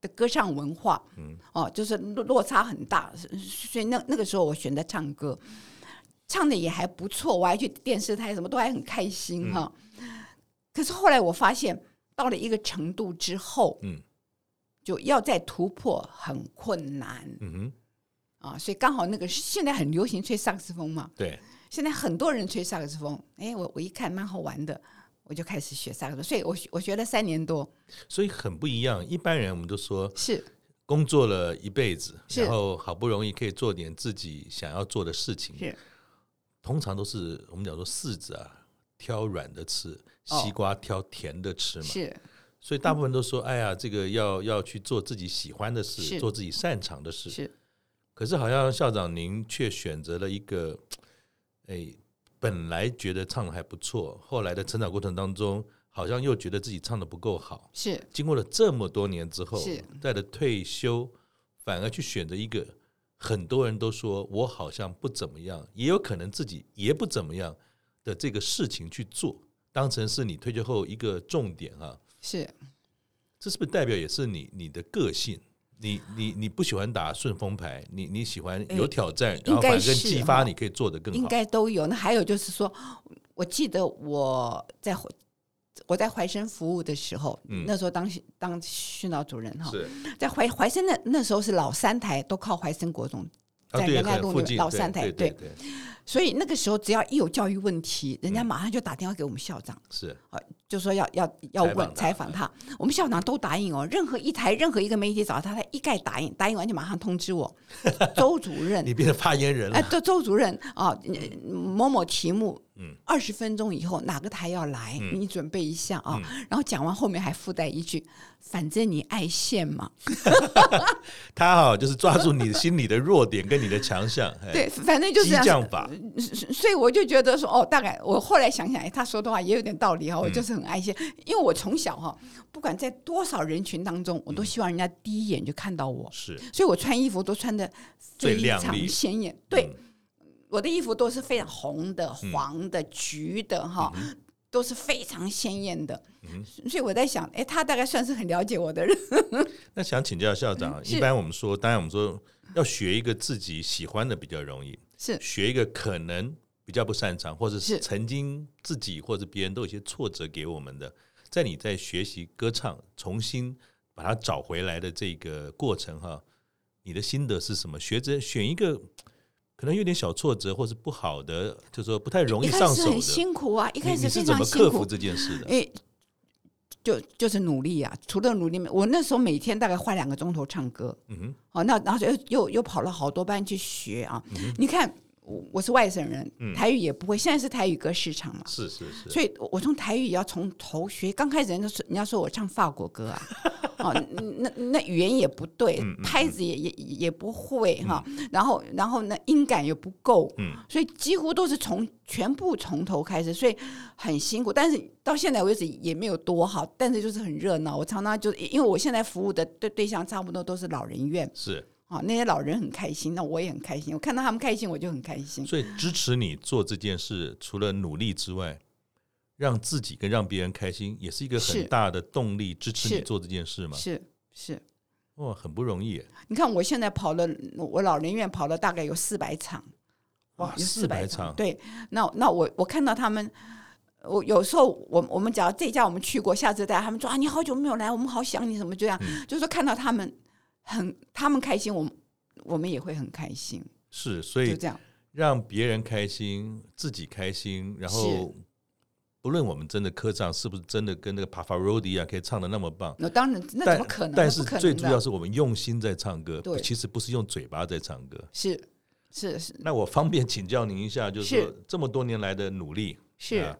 [SPEAKER 3] 的歌唱文化，
[SPEAKER 2] 嗯
[SPEAKER 3] 哦，就是落落差很大，所以那那个时候我选择唱歌，唱的也还不错，我还去电视台，什么都还很开心
[SPEAKER 2] 嗯
[SPEAKER 3] 哈、可是后来我发现，到了一个程度之后，
[SPEAKER 2] 嗯
[SPEAKER 3] 就要再突破很困难
[SPEAKER 2] 嗯哼，
[SPEAKER 3] 啊，所以刚好那个现在很流行吹萨克斯风嘛，
[SPEAKER 2] 对，
[SPEAKER 3] 现在很多人吹萨克斯风，哎，我我一看蛮好玩的，我就开始学萨克斯，所以我学我学了三年多，
[SPEAKER 2] 所以很不一样。一般人我们都说
[SPEAKER 3] 是
[SPEAKER 2] 工作了一辈子，
[SPEAKER 3] 是
[SPEAKER 2] 然后好不容易可以做点自己想要做的事情，
[SPEAKER 3] 是
[SPEAKER 2] 通常都是我们讲说柿子啊，挑软的吃，
[SPEAKER 3] 哦
[SPEAKER 2] 西瓜挑甜的吃嘛。
[SPEAKER 3] 是
[SPEAKER 2] 所以大部分都说，哎呀，这个要要去做自己喜欢的事，
[SPEAKER 3] 是
[SPEAKER 2] 做自己擅长的事。
[SPEAKER 3] 是，
[SPEAKER 2] 可是好像校长您却选择了一个，哎，本来觉得唱的还不错，后来的成长过程当中，好像又觉得自己唱的不够好。
[SPEAKER 3] 是
[SPEAKER 2] 经过了这么多年之后
[SPEAKER 3] 是，
[SPEAKER 2] 在的退休，反而去选择一个很多人都说我好像不怎么样，也有可能自己也不怎么样的这个事情去做，当成是你退休后一个重点啊。
[SPEAKER 3] 是
[SPEAKER 2] 这是不是代表也是你你的个性？你你你不喜欢打顺风牌，你你喜欢有挑战，然后反
[SPEAKER 3] 哎应该
[SPEAKER 2] 正
[SPEAKER 3] 是哦
[SPEAKER 2] 激发你可以做得更
[SPEAKER 3] 应
[SPEAKER 2] 好。
[SPEAKER 3] 该都有。那还有就是说，我记得我在怀我在怀生服务的时候，
[SPEAKER 2] 嗯
[SPEAKER 3] 那时候当当训导主任哈，
[SPEAKER 2] 是
[SPEAKER 3] 在怀怀生那那时候是老三台都靠怀生国中，
[SPEAKER 2] 啊，
[SPEAKER 3] 在
[SPEAKER 2] 对，
[SPEAKER 3] 仁爱
[SPEAKER 2] 很
[SPEAKER 3] 路
[SPEAKER 2] 附
[SPEAKER 3] 那边
[SPEAKER 2] 近
[SPEAKER 3] 老
[SPEAKER 2] 对
[SPEAKER 3] 三台
[SPEAKER 2] 对对，
[SPEAKER 3] 所以那个时候只要一有教育问题，人
[SPEAKER 2] 嗯
[SPEAKER 3] 家马上就打电话给我们校长，
[SPEAKER 2] 是
[SPEAKER 3] 就说要要要
[SPEAKER 2] 采访
[SPEAKER 3] 问
[SPEAKER 2] 他嗯
[SPEAKER 3] 采访他。我们校长都答应哦，任何一台任何一个媒体找他，他一概答应，答应完就马上通 知我，周主任。
[SPEAKER 2] 你变成发言人了
[SPEAKER 3] 哎，，周周主任啊，嗯某某题目，
[SPEAKER 2] 嗯，
[SPEAKER 3] 二十分钟以后哪个台要来，
[SPEAKER 2] 嗯
[SPEAKER 3] 你准备一下啊。然后讲完后面还附带一句，反正你爱现嘛，
[SPEAKER 2] 他哈就是抓住你的心里的弱点跟你的强 项，哎
[SPEAKER 3] 对，反正就是
[SPEAKER 2] 激
[SPEAKER 3] 这样。
[SPEAKER 2] 将法，
[SPEAKER 3] 所以我就觉得说，哦，大概我后来想想，哎，他说的话也有点道理哈、我
[SPEAKER 2] 嗯
[SPEAKER 3] 就是很爱现，因为我从小哈、不管在多少人群当中，我
[SPEAKER 2] 嗯
[SPEAKER 3] 都希望人家第一眼就看到我，
[SPEAKER 2] 是
[SPEAKER 3] 所以我穿衣服都穿的
[SPEAKER 2] 最
[SPEAKER 3] 非
[SPEAKER 2] 亮
[SPEAKER 3] 常
[SPEAKER 2] 丽
[SPEAKER 3] 鲜艳，对。
[SPEAKER 2] 嗯
[SPEAKER 3] 我的衣服都是非常红的、黄的、橘的哈，
[SPEAKER 2] 嗯
[SPEAKER 3] 都是非常鲜艳的。所以我在想，哎，他大概算是很了解我的人。
[SPEAKER 2] 那想请教校长，
[SPEAKER 3] 嗯是
[SPEAKER 2] 一般我们说，当然我们说要学一个自己喜欢的比较容易，
[SPEAKER 3] 是
[SPEAKER 2] 学一个可能比较不擅长，或者是
[SPEAKER 3] 是
[SPEAKER 2] 曾经自己或者别人都有些挫折给我们的，在你在学习歌唱，重新把它找回来的这个过程哈，你的心得是什么？学着选一个可能有点小挫折，或是不好的，就是说不太容易
[SPEAKER 3] 一开
[SPEAKER 2] 上
[SPEAKER 3] 始
[SPEAKER 2] 手
[SPEAKER 3] 很
[SPEAKER 2] 的，
[SPEAKER 3] 辛苦啊，一
[SPEAKER 2] 你
[SPEAKER 3] 开
[SPEAKER 2] 你
[SPEAKER 3] 始
[SPEAKER 2] 是
[SPEAKER 3] 非
[SPEAKER 2] 怎
[SPEAKER 3] 常
[SPEAKER 2] 么
[SPEAKER 3] 辛
[SPEAKER 2] 克服
[SPEAKER 3] 苦。
[SPEAKER 2] 这件事的？
[SPEAKER 3] 哎，就就是努力啊，除了努力，我那时候每天大概花两个钟头唱歌。
[SPEAKER 2] 嗯哼，
[SPEAKER 3] 哦，那然后就又又又跑了好多班去学啊。你看，我我是外省人，
[SPEAKER 2] 嗯
[SPEAKER 3] 台语也不会，现在是台语歌市场嘛。
[SPEAKER 2] 是是是，
[SPEAKER 3] 所以我我从台语也要从头学。刚开始人家说人家说我唱法国歌啊，哦，那那语言也不对，拍子也也也不会哈、然后然后呢音感也不够，
[SPEAKER 2] 嗯
[SPEAKER 3] 所以几乎都是从全部从头开始，所以很辛苦。但是到现在为止也没有多好，但是就是很热闹。我常常就因为我现在服务的对对象差不多都是老人院
[SPEAKER 2] 是，
[SPEAKER 3] 啊、哦那些老人很开心，那我也很开心。我看到他们开心，我就很开心。
[SPEAKER 2] 所以支持你做这件事，除了努力之外，让自己跟让别人开心，也是一个很
[SPEAKER 3] 是
[SPEAKER 2] 大的动力，支持你
[SPEAKER 3] 是
[SPEAKER 2] 做这件事嘛。
[SPEAKER 3] 是是。
[SPEAKER 2] 哇，很不容易耶，
[SPEAKER 3] 你看我现在跑了，我老人院跑了大概有四百场，
[SPEAKER 2] 哇
[SPEAKER 3] 有
[SPEAKER 2] 400
[SPEAKER 3] 400
[SPEAKER 2] 啊场
[SPEAKER 3] 对，那那我我看到他们，我有时候我我们只要这家我们去过，下次带他们说啊，你好久没有来，我们好想你，什么就这样，
[SPEAKER 2] 嗯
[SPEAKER 3] 就是说看到他们很他们开心，我们我们也会很开心，
[SPEAKER 2] 是，所
[SPEAKER 3] 就
[SPEAKER 2] 以
[SPEAKER 3] 这样。
[SPEAKER 2] 让别人开心，自己开心，然后
[SPEAKER 3] 是
[SPEAKER 2] 不论我们真的歌唱是不是真的跟那个 Pavarotti 啊，可以唱的那么棒。
[SPEAKER 3] 那当然，那
[SPEAKER 2] 但
[SPEAKER 3] 怎么可能？
[SPEAKER 2] 但
[SPEAKER 3] 那
[SPEAKER 2] 是
[SPEAKER 3] 不可能
[SPEAKER 2] 最主
[SPEAKER 3] 的
[SPEAKER 2] 要是我们用心在唱歌，
[SPEAKER 3] 对
[SPEAKER 2] 其实不是用嘴巴在唱歌。
[SPEAKER 3] 是是是
[SPEAKER 2] 那我方便请教您一下，就是说这么多年来的努力，
[SPEAKER 3] 是
[SPEAKER 2] 啊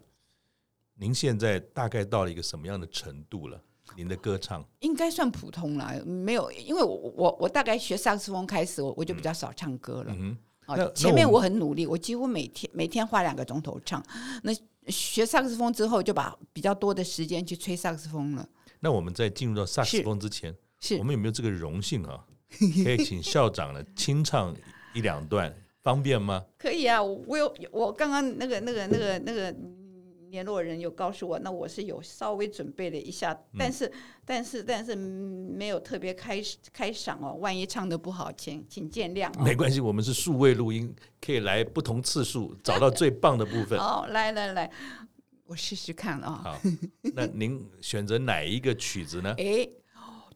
[SPEAKER 2] 您现在大概到了一个什么样的程度了？您的歌唱
[SPEAKER 3] 应该算普通啦，没有，因为我我我大概学萨克斯风开始，我我就比较少唱歌了。
[SPEAKER 2] 嗯
[SPEAKER 3] 啊
[SPEAKER 2] 那，
[SPEAKER 3] 前
[SPEAKER 2] 那
[SPEAKER 3] 面
[SPEAKER 2] 我
[SPEAKER 3] 我很努力，我几乎每天每天花两个钟头唱。那学萨克斯风之后，就把比较多的时间去吹萨克斯风了。
[SPEAKER 2] 那我们在进入到萨克斯风之前，
[SPEAKER 3] 是
[SPEAKER 2] 我们有没有这个荣幸啊？可以请校长呢清唱一两段，方便吗？
[SPEAKER 3] 可以啊，我有我刚刚那个那个那个那个嗯联络人有告诉我，那我是有稍微准备了一下，
[SPEAKER 2] 嗯
[SPEAKER 3] 但是但是但是嗯没有特别开开嗓哦，万一唱的不好，请请见谅哦。
[SPEAKER 2] 没关系，我们是数位录音，可以来不同次数找到最棒的部分。
[SPEAKER 3] 哦，来来来，我试试看啊、
[SPEAKER 2] 好，那您选择哪一个曲子呢？
[SPEAKER 3] 诶，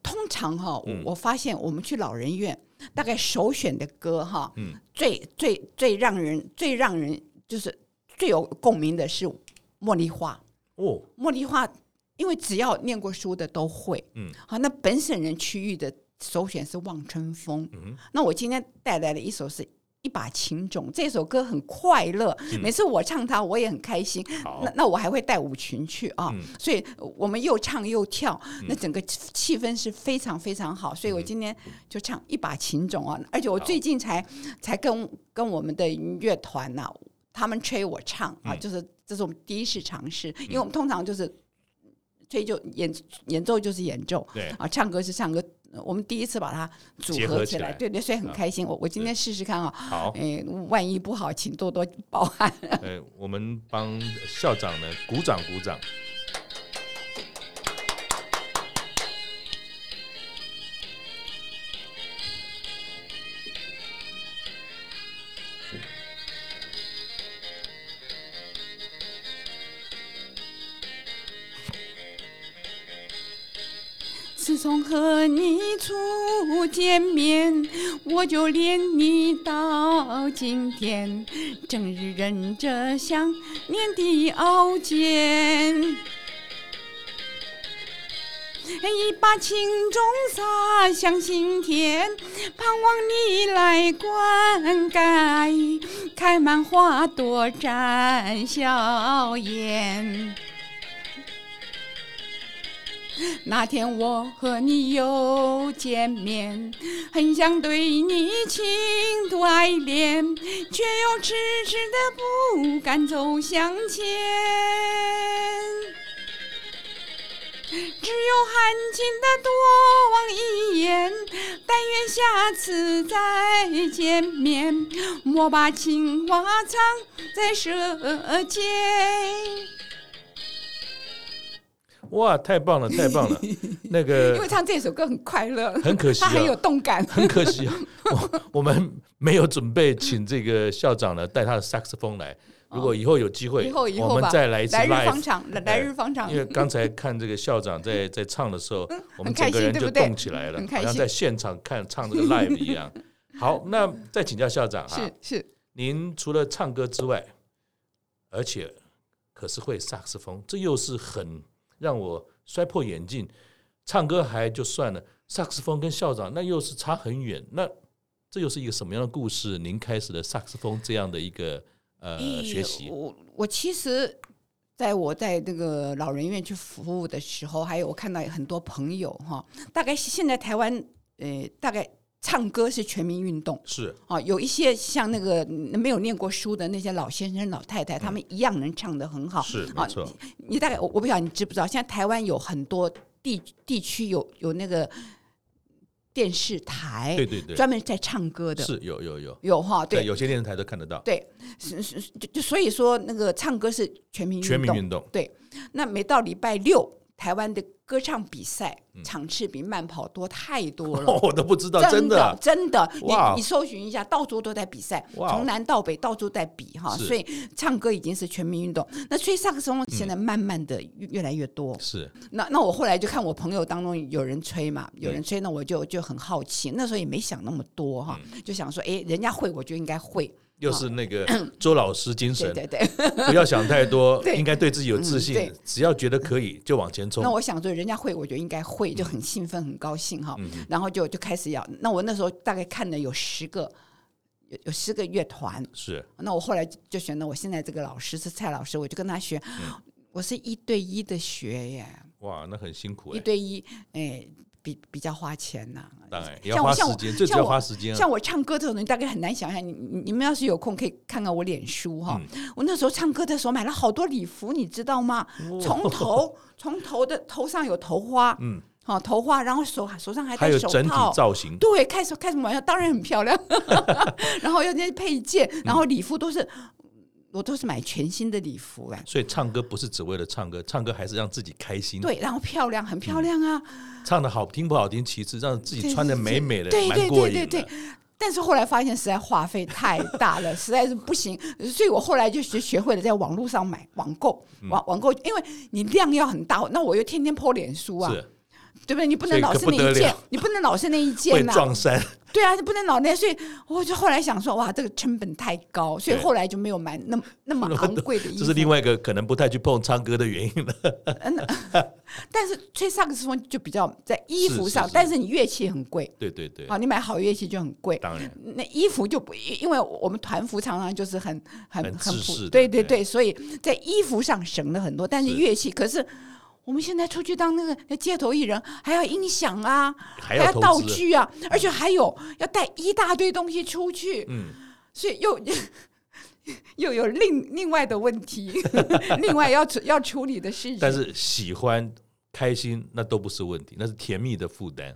[SPEAKER 3] 通常哈、我我发现我们去老人院，大概首选的歌哈，
[SPEAKER 2] 嗯
[SPEAKER 3] 最最最让人最让人就是最有共鸣的是《茉莉花
[SPEAKER 2] 哦，》。
[SPEAKER 3] 茉莉花，因为只要念过书的都会，
[SPEAKER 2] 嗯，
[SPEAKER 3] 好，那本省人区域的首选是《望春风》。
[SPEAKER 2] 嗯，
[SPEAKER 3] 那我今天带来的一首是。一把琴种这首歌很快乐，每次我唱它我也很开心。
[SPEAKER 2] 嗯好嗯
[SPEAKER 3] 那那我还会带舞群去啊，所以我们又唱又跳，那整个气气氛是非常非常好。
[SPEAKER 2] 嗯
[SPEAKER 3] 所以我今天就唱一把琴种啊，而且我最近才才跟跟我们的乐团呐、他们吹我唱啊，
[SPEAKER 2] 嗯
[SPEAKER 3] 就是这是我们第一次尝试，因为我们通常就是吹就演演奏就是演奏，
[SPEAKER 2] 对
[SPEAKER 3] 啊，唱歌是唱歌。呃我们第一次把它组
[SPEAKER 2] 结合
[SPEAKER 3] 合
[SPEAKER 2] 起来嗯
[SPEAKER 3] 对对，所以很开心。我我今天试试看啊，
[SPEAKER 2] 好，
[SPEAKER 3] 哎，万一不好，请多多包涵。
[SPEAKER 2] 呃，我们帮校长呢鼓掌鼓掌。
[SPEAKER 3] 是从和你初见面，我就恋你到今天，整日忍着想念的熬煎。一把青钟洒向心田，盼望你来灌溉，开满花朵展笑颜。那天我和你又见面，很想对你倾吐爱恋，却又迟迟的不敢走向前。只有含情的多望一眼，但愿下次再见面，莫把情话藏在舌尖。
[SPEAKER 2] 哇，太棒了，太 棒了！那
[SPEAKER 3] 因为
[SPEAKER 2] 个
[SPEAKER 3] 唱这首歌很快乐，
[SPEAKER 2] 呃很可惜
[SPEAKER 3] 它
[SPEAKER 2] 啊
[SPEAKER 3] 很有动感。
[SPEAKER 2] 很可惜啊， 我我们没有准备请这个校长呢带他的萨克斯风来。如果以后有机会，
[SPEAKER 3] 哦以后以
[SPEAKER 2] 我
[SPEAKER 3] 后吧，
[SPEAKER 2] 们再来一次
[SPEAKER 3] 日
[SPEAKER 2] live
[SPEAKER 3] 方。长，来来日方长
[SPEAKER 2] 因，为刚才看这个校长在 在唱的时候，我们
[SPEAKER 3] 很开
[SPEAKER 2] 整
[SPEAKER 3] 心
[SPEAKER 2] 个人
[SPEAKER 3] 对
[SPEAKER 2] 就
[SPEAKER 3] 不对
[SPEAKER 2] 动起来了，
[SPEAKER 3] 很
[SPEAKER 2] 好
[SPEAKER 3] 开
[SPEAKER 2] 像
[SPEAKER 3] 心
[SPEAKER 2] 在现场看唱这个 live 一样。好，那再请教校长哈
[SPEAKER 3] 是，是。
[SPEAKER 2] 您除了唱歌之外，而且可是会萨克斯风，这又是很让我摔破眼镜。唱歌还就算了，萨克斯风跟校长那又是差很远。那这又是一个什么样的故事？您开始了萨克斯风这样的一个呃
[SPEAKER 3] 咦
[SPEAKER 2] 学习，
[SPEAKER 3] 嗯我我其实，在我在那个老人院去服务的时候，还有我看到很多朋友哈，大概现在台湾呃，大概唱歌是全民运动。
[SPEAKER 2] 是
[SPEAKER 3] 啊，有一些像那个嗯没有念过书的那些老先生、老太太，他们一样能唱得很好。
[SPEAKER 2] 嗯是没
[SPEAKER 3] 啊
[SPEAKER 2] 错，
[SPEAKER 3] 你大概我我不晓得你知不知道，现在台湾有很多地地区有有那个电视台，
[SPEAKER 2] 对对对
[SPEAKER 3] 哎专门在唱歌的，
[SPEAKER 2] 是有有有，
[SPEAKER 3] 有哈，
[SPEAKER 2] 在
[SPEAKER 3] 对，
[SPEAKER 2] 有些电视台都看得到。
[SPEAKER 3] 对，是是是就就所以说那个唱歌是全民运动
[SPEAKER 2] 全民运动
[SPEAKER 3] 对，那每到礼拜六，台湾的歌唱比赛
[SPEAKER 2] 嗯
[SPEAKER 3] 场次比慢跑多太多了。
[SPEAKER 2] 我都不知道，
[SPEAKER 3] 真
[SPEAKER 2] 真的啊
[SPEAKER 3] 真的，你
[SPEAKER 2] 哇
[SPEAKER 3] 你搜寻一下，到处都在比赛，
[SPEAKER 2] 哇
[SPEAKER 3] 从南到北到处在比哈，
[SPEAKER 2] 是嗯
[SPEAKER 3] 所以唱歌已经是全民运动。那吹萨克斯风现在慢慢的越越来越多，
[SPEAKER 2] 是
[SPEAKER 3] 那那我后来就看我朋友当中有人吹嘛，有人吹，那我就就很好奇，那时候也没想那么多哈，就想说，哎，人家会我就应该会，
[SPEAKER 2] 又是那个周老师精
[SPEAKER 3] 啊
[SPEAKER 2] 神，
[SPEAKER 3] 对对对。
[SPEAKER 2] 不要想太多，
[SPEAKER 3] 对
[SPEAKER 2] 应该对自己有自
[SPEAKER 3] 嗯对
[SPEAKER 2] 信，只要觉得可以就往前冲
[SPEAKER 3] 那。我想说，人家会，我就应该会，就很兴奋，很高兴哈。然后就就开始要。那我那时候大概看了有十个，有有十个乐团。
[SPEAKER 2] 是
[SPEAKER 3] 那我后来就选了我现在这个老师是蔡老师，我就跟他学，我是一对一的学耶，
[SPEAKER 2] 哇，那很辛苦
[SPEAKER 3] 一
[SPEAKER 2] 哎，
[SPEAKER 3] 对一，哎，比比较花钱呐、
[SPEAKER 2] 当然也要
[SPEAKER 3] 像我
[SPEAKER 2] 花
[SPEAKER 3] 像
[SPEAKER 2] 时
[SPEAKER 3] 我
[SPEAKER 2] 间，这只
[SPEAKER 3] 像
[SPEAKER 2] 要
[SPEAKER 3] 我
[SPEAKER 2] 花时间啊。
[SPEAKER 3] 像我唱歌这种东西，大概很难想象。你你你们要是有空，可以看看我脸书哈。
[SPEAKER 2] 嗯
[SPEAKER 3] 我那时候唱歌的时候买了好多礼服，你知道吗？
[SPEAKER 2] 哦
[SPEAKER 3] 从头从头的头上有头花，嗯，好头花，然后手手上还
[SPEAKER 2] 还
[SPEAKER 3] 戴
[SPEAKER 2] 有
[SPEAKER 3] 手
[SPEAKER 2] 整体
[SPEAKER 3] 套。
[SPEAKER 2] 造型，
[SPEAKER 3] 对，开什开什么玩笑？当然很漂亮， 然后有那些配件，
[SPEAKER 2] 嗯
[SPEAKER 3] 然后礼服都是，我都是买全新的礼服哎。
[SPEAKER 2] 所以唱歌不是只为了唱歌，唱歌还是让自己开心。，
[SPEAKER 3] 对，然后漂亮，很
[SPEAKER 2] 嗯
[SPEAKER 3] 漂亮啊！
[SPEAKER 2] 唱的好听不好听，其次让自己
[SPEAKER 3] 对
[SPEAKER 2] 穿的
[SPEAKER 3] 对
[SPEAKER 2] 美美的，
[SPEAKER 3] 对
[SPEAKER 2] 蛮
[SPEAKER 3] 对
[SPEAKER 2] 过
[SPEAKER 3] 对
[SPEAKER 2] 瘾
[SPEAKER 3] 对
[SPEAKER 2] 的
[SPEAKER 3] 对。。但是后来发现实在花费太大了，实在是不行， 所以我后来就学学会了在网络上买网购，
[SPEAKER 2] 嗯
[SPEAKER 3] 网网购，因为你量要很大，那我又天天泼脸书啊，
[SPEAKER 2] 是
[SPEAKER 3] 对不对？你不
[SPEAKER 2] 所
[SPEAKER 3] 能
[SPEAKER 2] 以
[SPEAKER 3] 老
[SPEAKER 2] 可
[SPEAKER 3] 是
[SPEAKER 2] 不
[SPEAKER 3] 那
[SPEAKER 2] 得
[SPEAKER 3] 一件
[SPEAKER 2] 了，
[SPEAKER 3] 你不能老是那一
[SPEAKER 2] 会
[SPEAKER 3] 件呐、
[SPEAKER 2] 撞衫，
[SPEAKER 3] 对啊，你不能老那，所以我就后来想说，哇，这个成本太高，所以
[SPEAKER 2] 对
[SPEAKER 3] 后来就没有买那么 那么昂贵的衣服。
[SPEAKER 2] 这是另外一个可能不太去碰唱歌的原因了。
[SPEAKER 3] 但是吹萨克斯风就比较在衣
[SPEAKER 2] 是
[SPEAKER 3] 服
[SPEAKER 2] 是
[SPEAKER 3] 上，
[SPEAKER 2] 是
[SPEAKER 3] 但是你乐器很贵
[SPEAKER 2] 对对对
[SPEAKER 3] 啊，，你买好乐器就很贵。
[SPEAKER 2] 当然
[SPEAKER 3] 那衣服就不，因因为我们团服常常就是很很
[SPEAKER 2] 很
[SPEAKER 3] 很
[SPEAKER 2] 制
[SPEAKER 3] 普
[SPEAKER 2] 式的
[SPEAKER 3] 对对
[SPEAKER 2] 对
[SPEAKER 3] 对，所以在衣服上省了很多，但是
[SPEAKER 2] 是
[SPEAKER 3] 乐器可是。我们现在出去当那个街头艺人，还要音响啊，
[SPEAKER 2] 还
[SPEAKER 3] 还
[SPEAKER 2] 要投资
[SPEAKER 3] 道具啊，而且还有要带一大堆东西出去，
[SPEAKER 2] 嗯，
[SPEAKER 3] 所以又 又有另另外的问题， 另外要处要处理的事情。
[SPEAKER 2] 但是喜欢、开心那都不是问题，那是甜蜜的负担。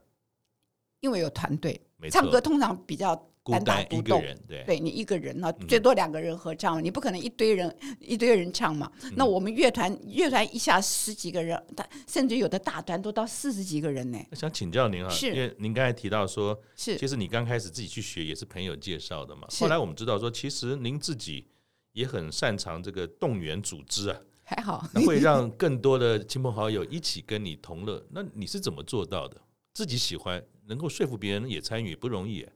[SPEAKER 3] 因为有团队
[SPEAKER 2] 没，错
[SPEAKER 3] 唱歌通常比较
[SPEAKER 2] 孤
[SPEAKER 3] 单打
[SPEAKER 2] 单
[SPEAKER 3] 独
[SPEAKER 2] 一个
[SPEAKER 3] 斗，
[SPEAKER 2] 人，对，嗯
[SPEAKER 3] 对你一个人呢，最多两个人合唱，你不可能一堆人一堆人唱嘛。
[SPEAKER 2] 嗯
[SPEAKER 3] 那我们乐团乐团一下十几个人，他甚至有的大团都到四十几个人呢。
[SPEAKER 2] 那想请教您啊，
[SPEAKER 3] 是
[SPEAKER 2] 因为您刚才提到说，
[SPEAKER 3] 是
[SPEAKER 2] 其实你刚开始自己去学也是朋友介绍的嘛。
[SPEAKER 3] 是
[SPEAKER 2] 后来我们知道说，其实您自己也很擅长这个动员组织啊，
[SPEAKER 3] 还好，
[SPEAKER 2] 那会让更多的亲朋好友一起跟你同乐。那你是怎么做到的？自己喜欢，能够说服别人也参与不容易。啊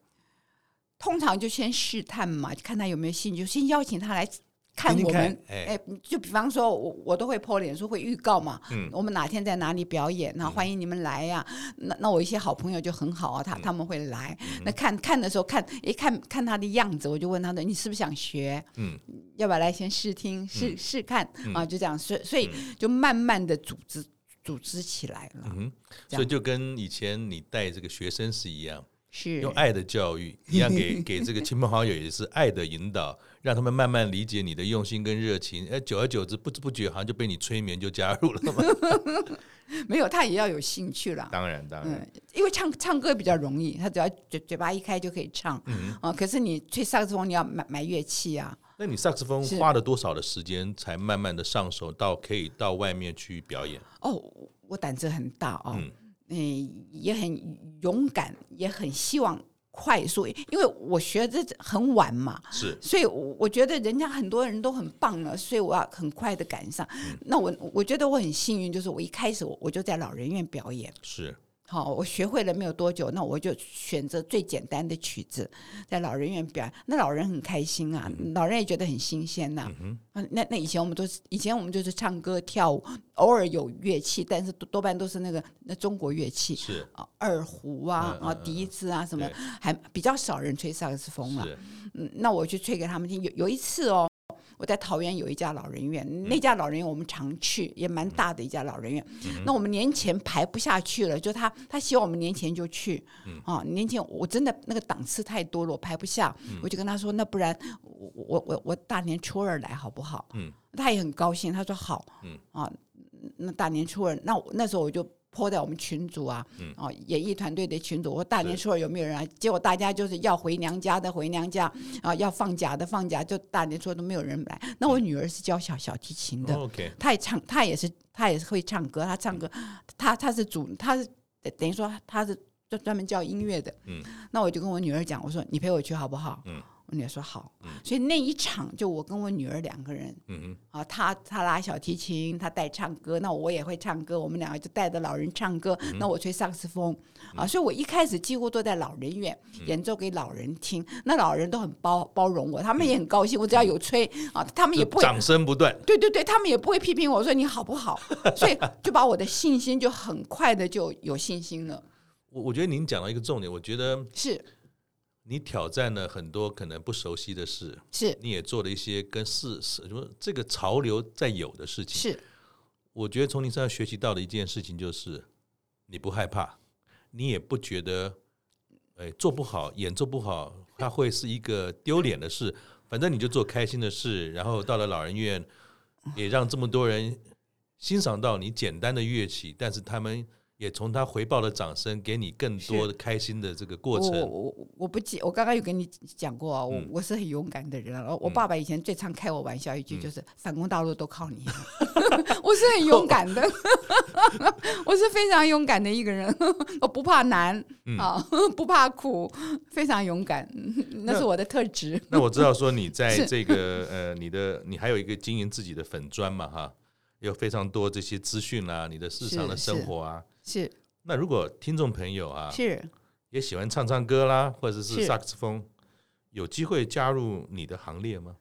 [SPEAKER 3] 通常就先试探嘛，看他有没有兴趣，先邀请他来看
[SPEAKER 2] 听听
[SPEAKER 3] 我们。
[SPEAKER 2] 看哎
[SPEAKER 3] 哎，就比方说我我都会 po 脸书会预告嘛，
[SPEAKER 2] 嗯
[SPEAKER 3] 我们哪天在哪里表演，那欢迎你们来呀、那那我一些好朋友就很好啊，
[SPEAKER 2] 嗯
[SPEAKER 3] 他他们会来。那看看的时候看，一看看他的样子，我就问他说：“你是不是想学？
[SPEAKER 2] 嗯，
[SPEAKER 3] 要不要来先试听试试看、
[SPEAKER 2] 嗯
[SPEAKER 3] 啊？”就这样，所以所以就慢慢的组织组织起来了。
[SPEAKER 2] 嗯，
[SPEAKER 3] 这
[SPEAKER 2] 所
[SPEAKER 3] 样
[SPEAKER 2] 以就跟以前你带这个学生是一样，
[SPEAKER 3] 是
[SPEAKER 2] 用爱的教育一样 给，给这个亲朋好友也是爱的引导，让他们慢慢理解你的用心跟热情。哎，久而久之，不知不觉好像就被你催眠，就加入了 嘛。
[SPEAKER 3] 没有他也要有兴趣啦。
[SPEAKER 2] 当然，当然，
[SPEAKER 3] 嗯，因为唱唱歌比较容易，他只要嘴嘴巴一开就可以唱。
[SPEAKER 2] 嗯，
[SPEAKER 3] 啊，可是你吹萨克斯风，你要买买乐器啊。
[SPEAKER 2] 那你萨克斯风
[SPEAKER 3] 是
[SPEAKER 2] 花了多少的时间才慢慢的上手，到可以到外面去表演？
[SPEAKER 3] 哦，我我胆子很大哦，
[SPEAKER 2] 嗯
[SPEAKER 3] 嗯也很勇敢，也很希望快速，因为我学的很晚嘛，
[SPEAKER 2] 是，
[SPEAKER 3] 所以我我觉得人家很多人都很棒了，所以我要很快的赶上。
[SPEAKER 2] 嗯
[SPEAKER 3] 那我我觉得我很幸运，就是我一开始我我就在老人院表演。
[SPEAKER 2] 是，
[SPEAKER 3] 好，我学会了没有多久，那我就选择最简单的曲子，在老人院表演。那老人很开心啊，
[SPEAKER 2] 嗯
[SPEAKER 3] 老人也觉得很新鲜呐、啊那那以前我们都是，以前我们就是唱歌跳舞，偶尔有乐器，但是多多半都是那个那中国乐器，
[SPEAKER 2] 是，
[SPEAKER 3] 啊，二胡啊
[SPEAKER 2] 嗯、嗯
[SPEAKER 3] 啊
[SPEAKER 2] 嗯
[SPEAKER 3] 笛子啊什么
[SPEAKER 2] 对，
[SPEAKER 3] 还比较少人吹萨克斯风了。
[SPEAKER 2] 是，
[SPEAKER 3] 嗯，那我去吹给他们听。有有一次哦，我在桃园有一家老人院，那家老人院我们常去，也蛮大的一家老人院。那我们年前排不下去了，就他他希望我们年前就去，啊，年前我真的那个档次太多了，我排不下，我就跟他说，那不然我我我我大年初二来好不好？
[SPEAKER 2] 嗯，
[SPEAKER 3] 他也很高兴，他说好，
[SPEAKER 2] 嗯
[SPEAKER 3] 啊，那大年初二，那我那时候我就。泼在我们群组啊，
[SPEAKER 2] 嗯
[SPEAKER 3] 哦，演艺团队的群组，我说大年
[SPEAKER 2] 是
[SPEAKER 3] 初二有没有人来？结果大家就是要回娘家的回娘家，啊，要放假的放假，就大年初二都没有人来。那我女儿是教小小提琴的，
[SPEAKER 2] OK，
[SPEAKER 3] 她也唱，她也是，她也是会唱歌，她唱歌，她她是主，她是等于说她是专专门教音乐的。
[SPEAKER 2] 嗯，
[SPEAKER 3] 那我就跟我女儿讲，我说你陪我去好不好？
[SPEAKER 2] 嗯，
[SPEAKER 3] 我女儿说好。
[SPEAKER 2] 嗯
[SPEAKER 3] 所以那一场就我跟我女儿两个人，
[SPEAKER 2] 嗯哼，
[SPEAKER 3] 啊，他他拉小提琴，他带唱歌，那我也会唱歌，我们两个就带着老人唱歌，
[SPEAKER 2] 嗯
[SPEAKER 3] 那我吹萨克斯风啊，所以我一开始几乎都在老人院
[SPEAKER 2] 嗯
[SPEAKER 3] 演奏给老人听，那老人都很包包容我，他们也很高兴，我只要有吹啊，他们
[SPEAKER 2] 嗯
[SPEAKER 3] 也
[SPEAKER 2] 就
[SPEAKER 3] 不会。
[SPEAKER 2] 掌声不断，
[SPEAKER 3] 对对对，他们也不会批评我说你好不好，所以就把我的信心就很快的就有信心了。
[SPEAKER 2] 我我觉得您讲到一个重点，我觉得
[SPEAKER 3] 是
[SPEAKER 2] 你挑战了很多可能不熟悉的事，
[SPEAKER 3] 是
[SPEAKER 2] 你也做了一些跟事什么这个潮流在有的事情。
[SPEAKER 3] 是，
[SPEAKER 2] 我觉得从你身上学习到的一件事情就是，你不害怕，你也不觉得，哎，做不好，演奏不好，它会是一个丢脸的事。反正你就做开心的事，然后到了老人院，也让这么多人欣赏到你简单的乐器，但是他们也从他回报的掌声，给你更多的开心的这个过
[SPEAKER 3] 我
[SPEAKER 2] 程。
[SPEAKER 3] 我我我不记，我刚刚有跟你讲过啊，我、我是很勇敢的人啊。我我爸爸以前最常开我玩笑一句，就是“反攻大陆都靠你”，啊 我是很勇敢的， 我是非常勇敢的一个人，我不怕难、啊， 不怕苦，非常勇敢， 嗯那是我的特质。
[SPEAKER 2] 那我知道说 你在
[SPEAKER 3] 是
[SPEAKER 2] 这个呃，你的你还有一个经营自己的粉砖嘛哈，有非常多这些资讯啦、你的日常的
[SPEAKER 3] 是
[SPEAKER 2] 生
[SPEAKER 3] 是
[SPEAKER 2] 活啊。
[SPEAKER 3] 是
[SPEAKER 2] 那如果听众朋友啊，
[SPEAKER 3] 是，
[SPEAKER 2] 也喜欢唱唱歌啦，或者是
[SPEAKER 3] 是
[SPEAKER 2] 萨克斯风，有机会加入你的行列吗？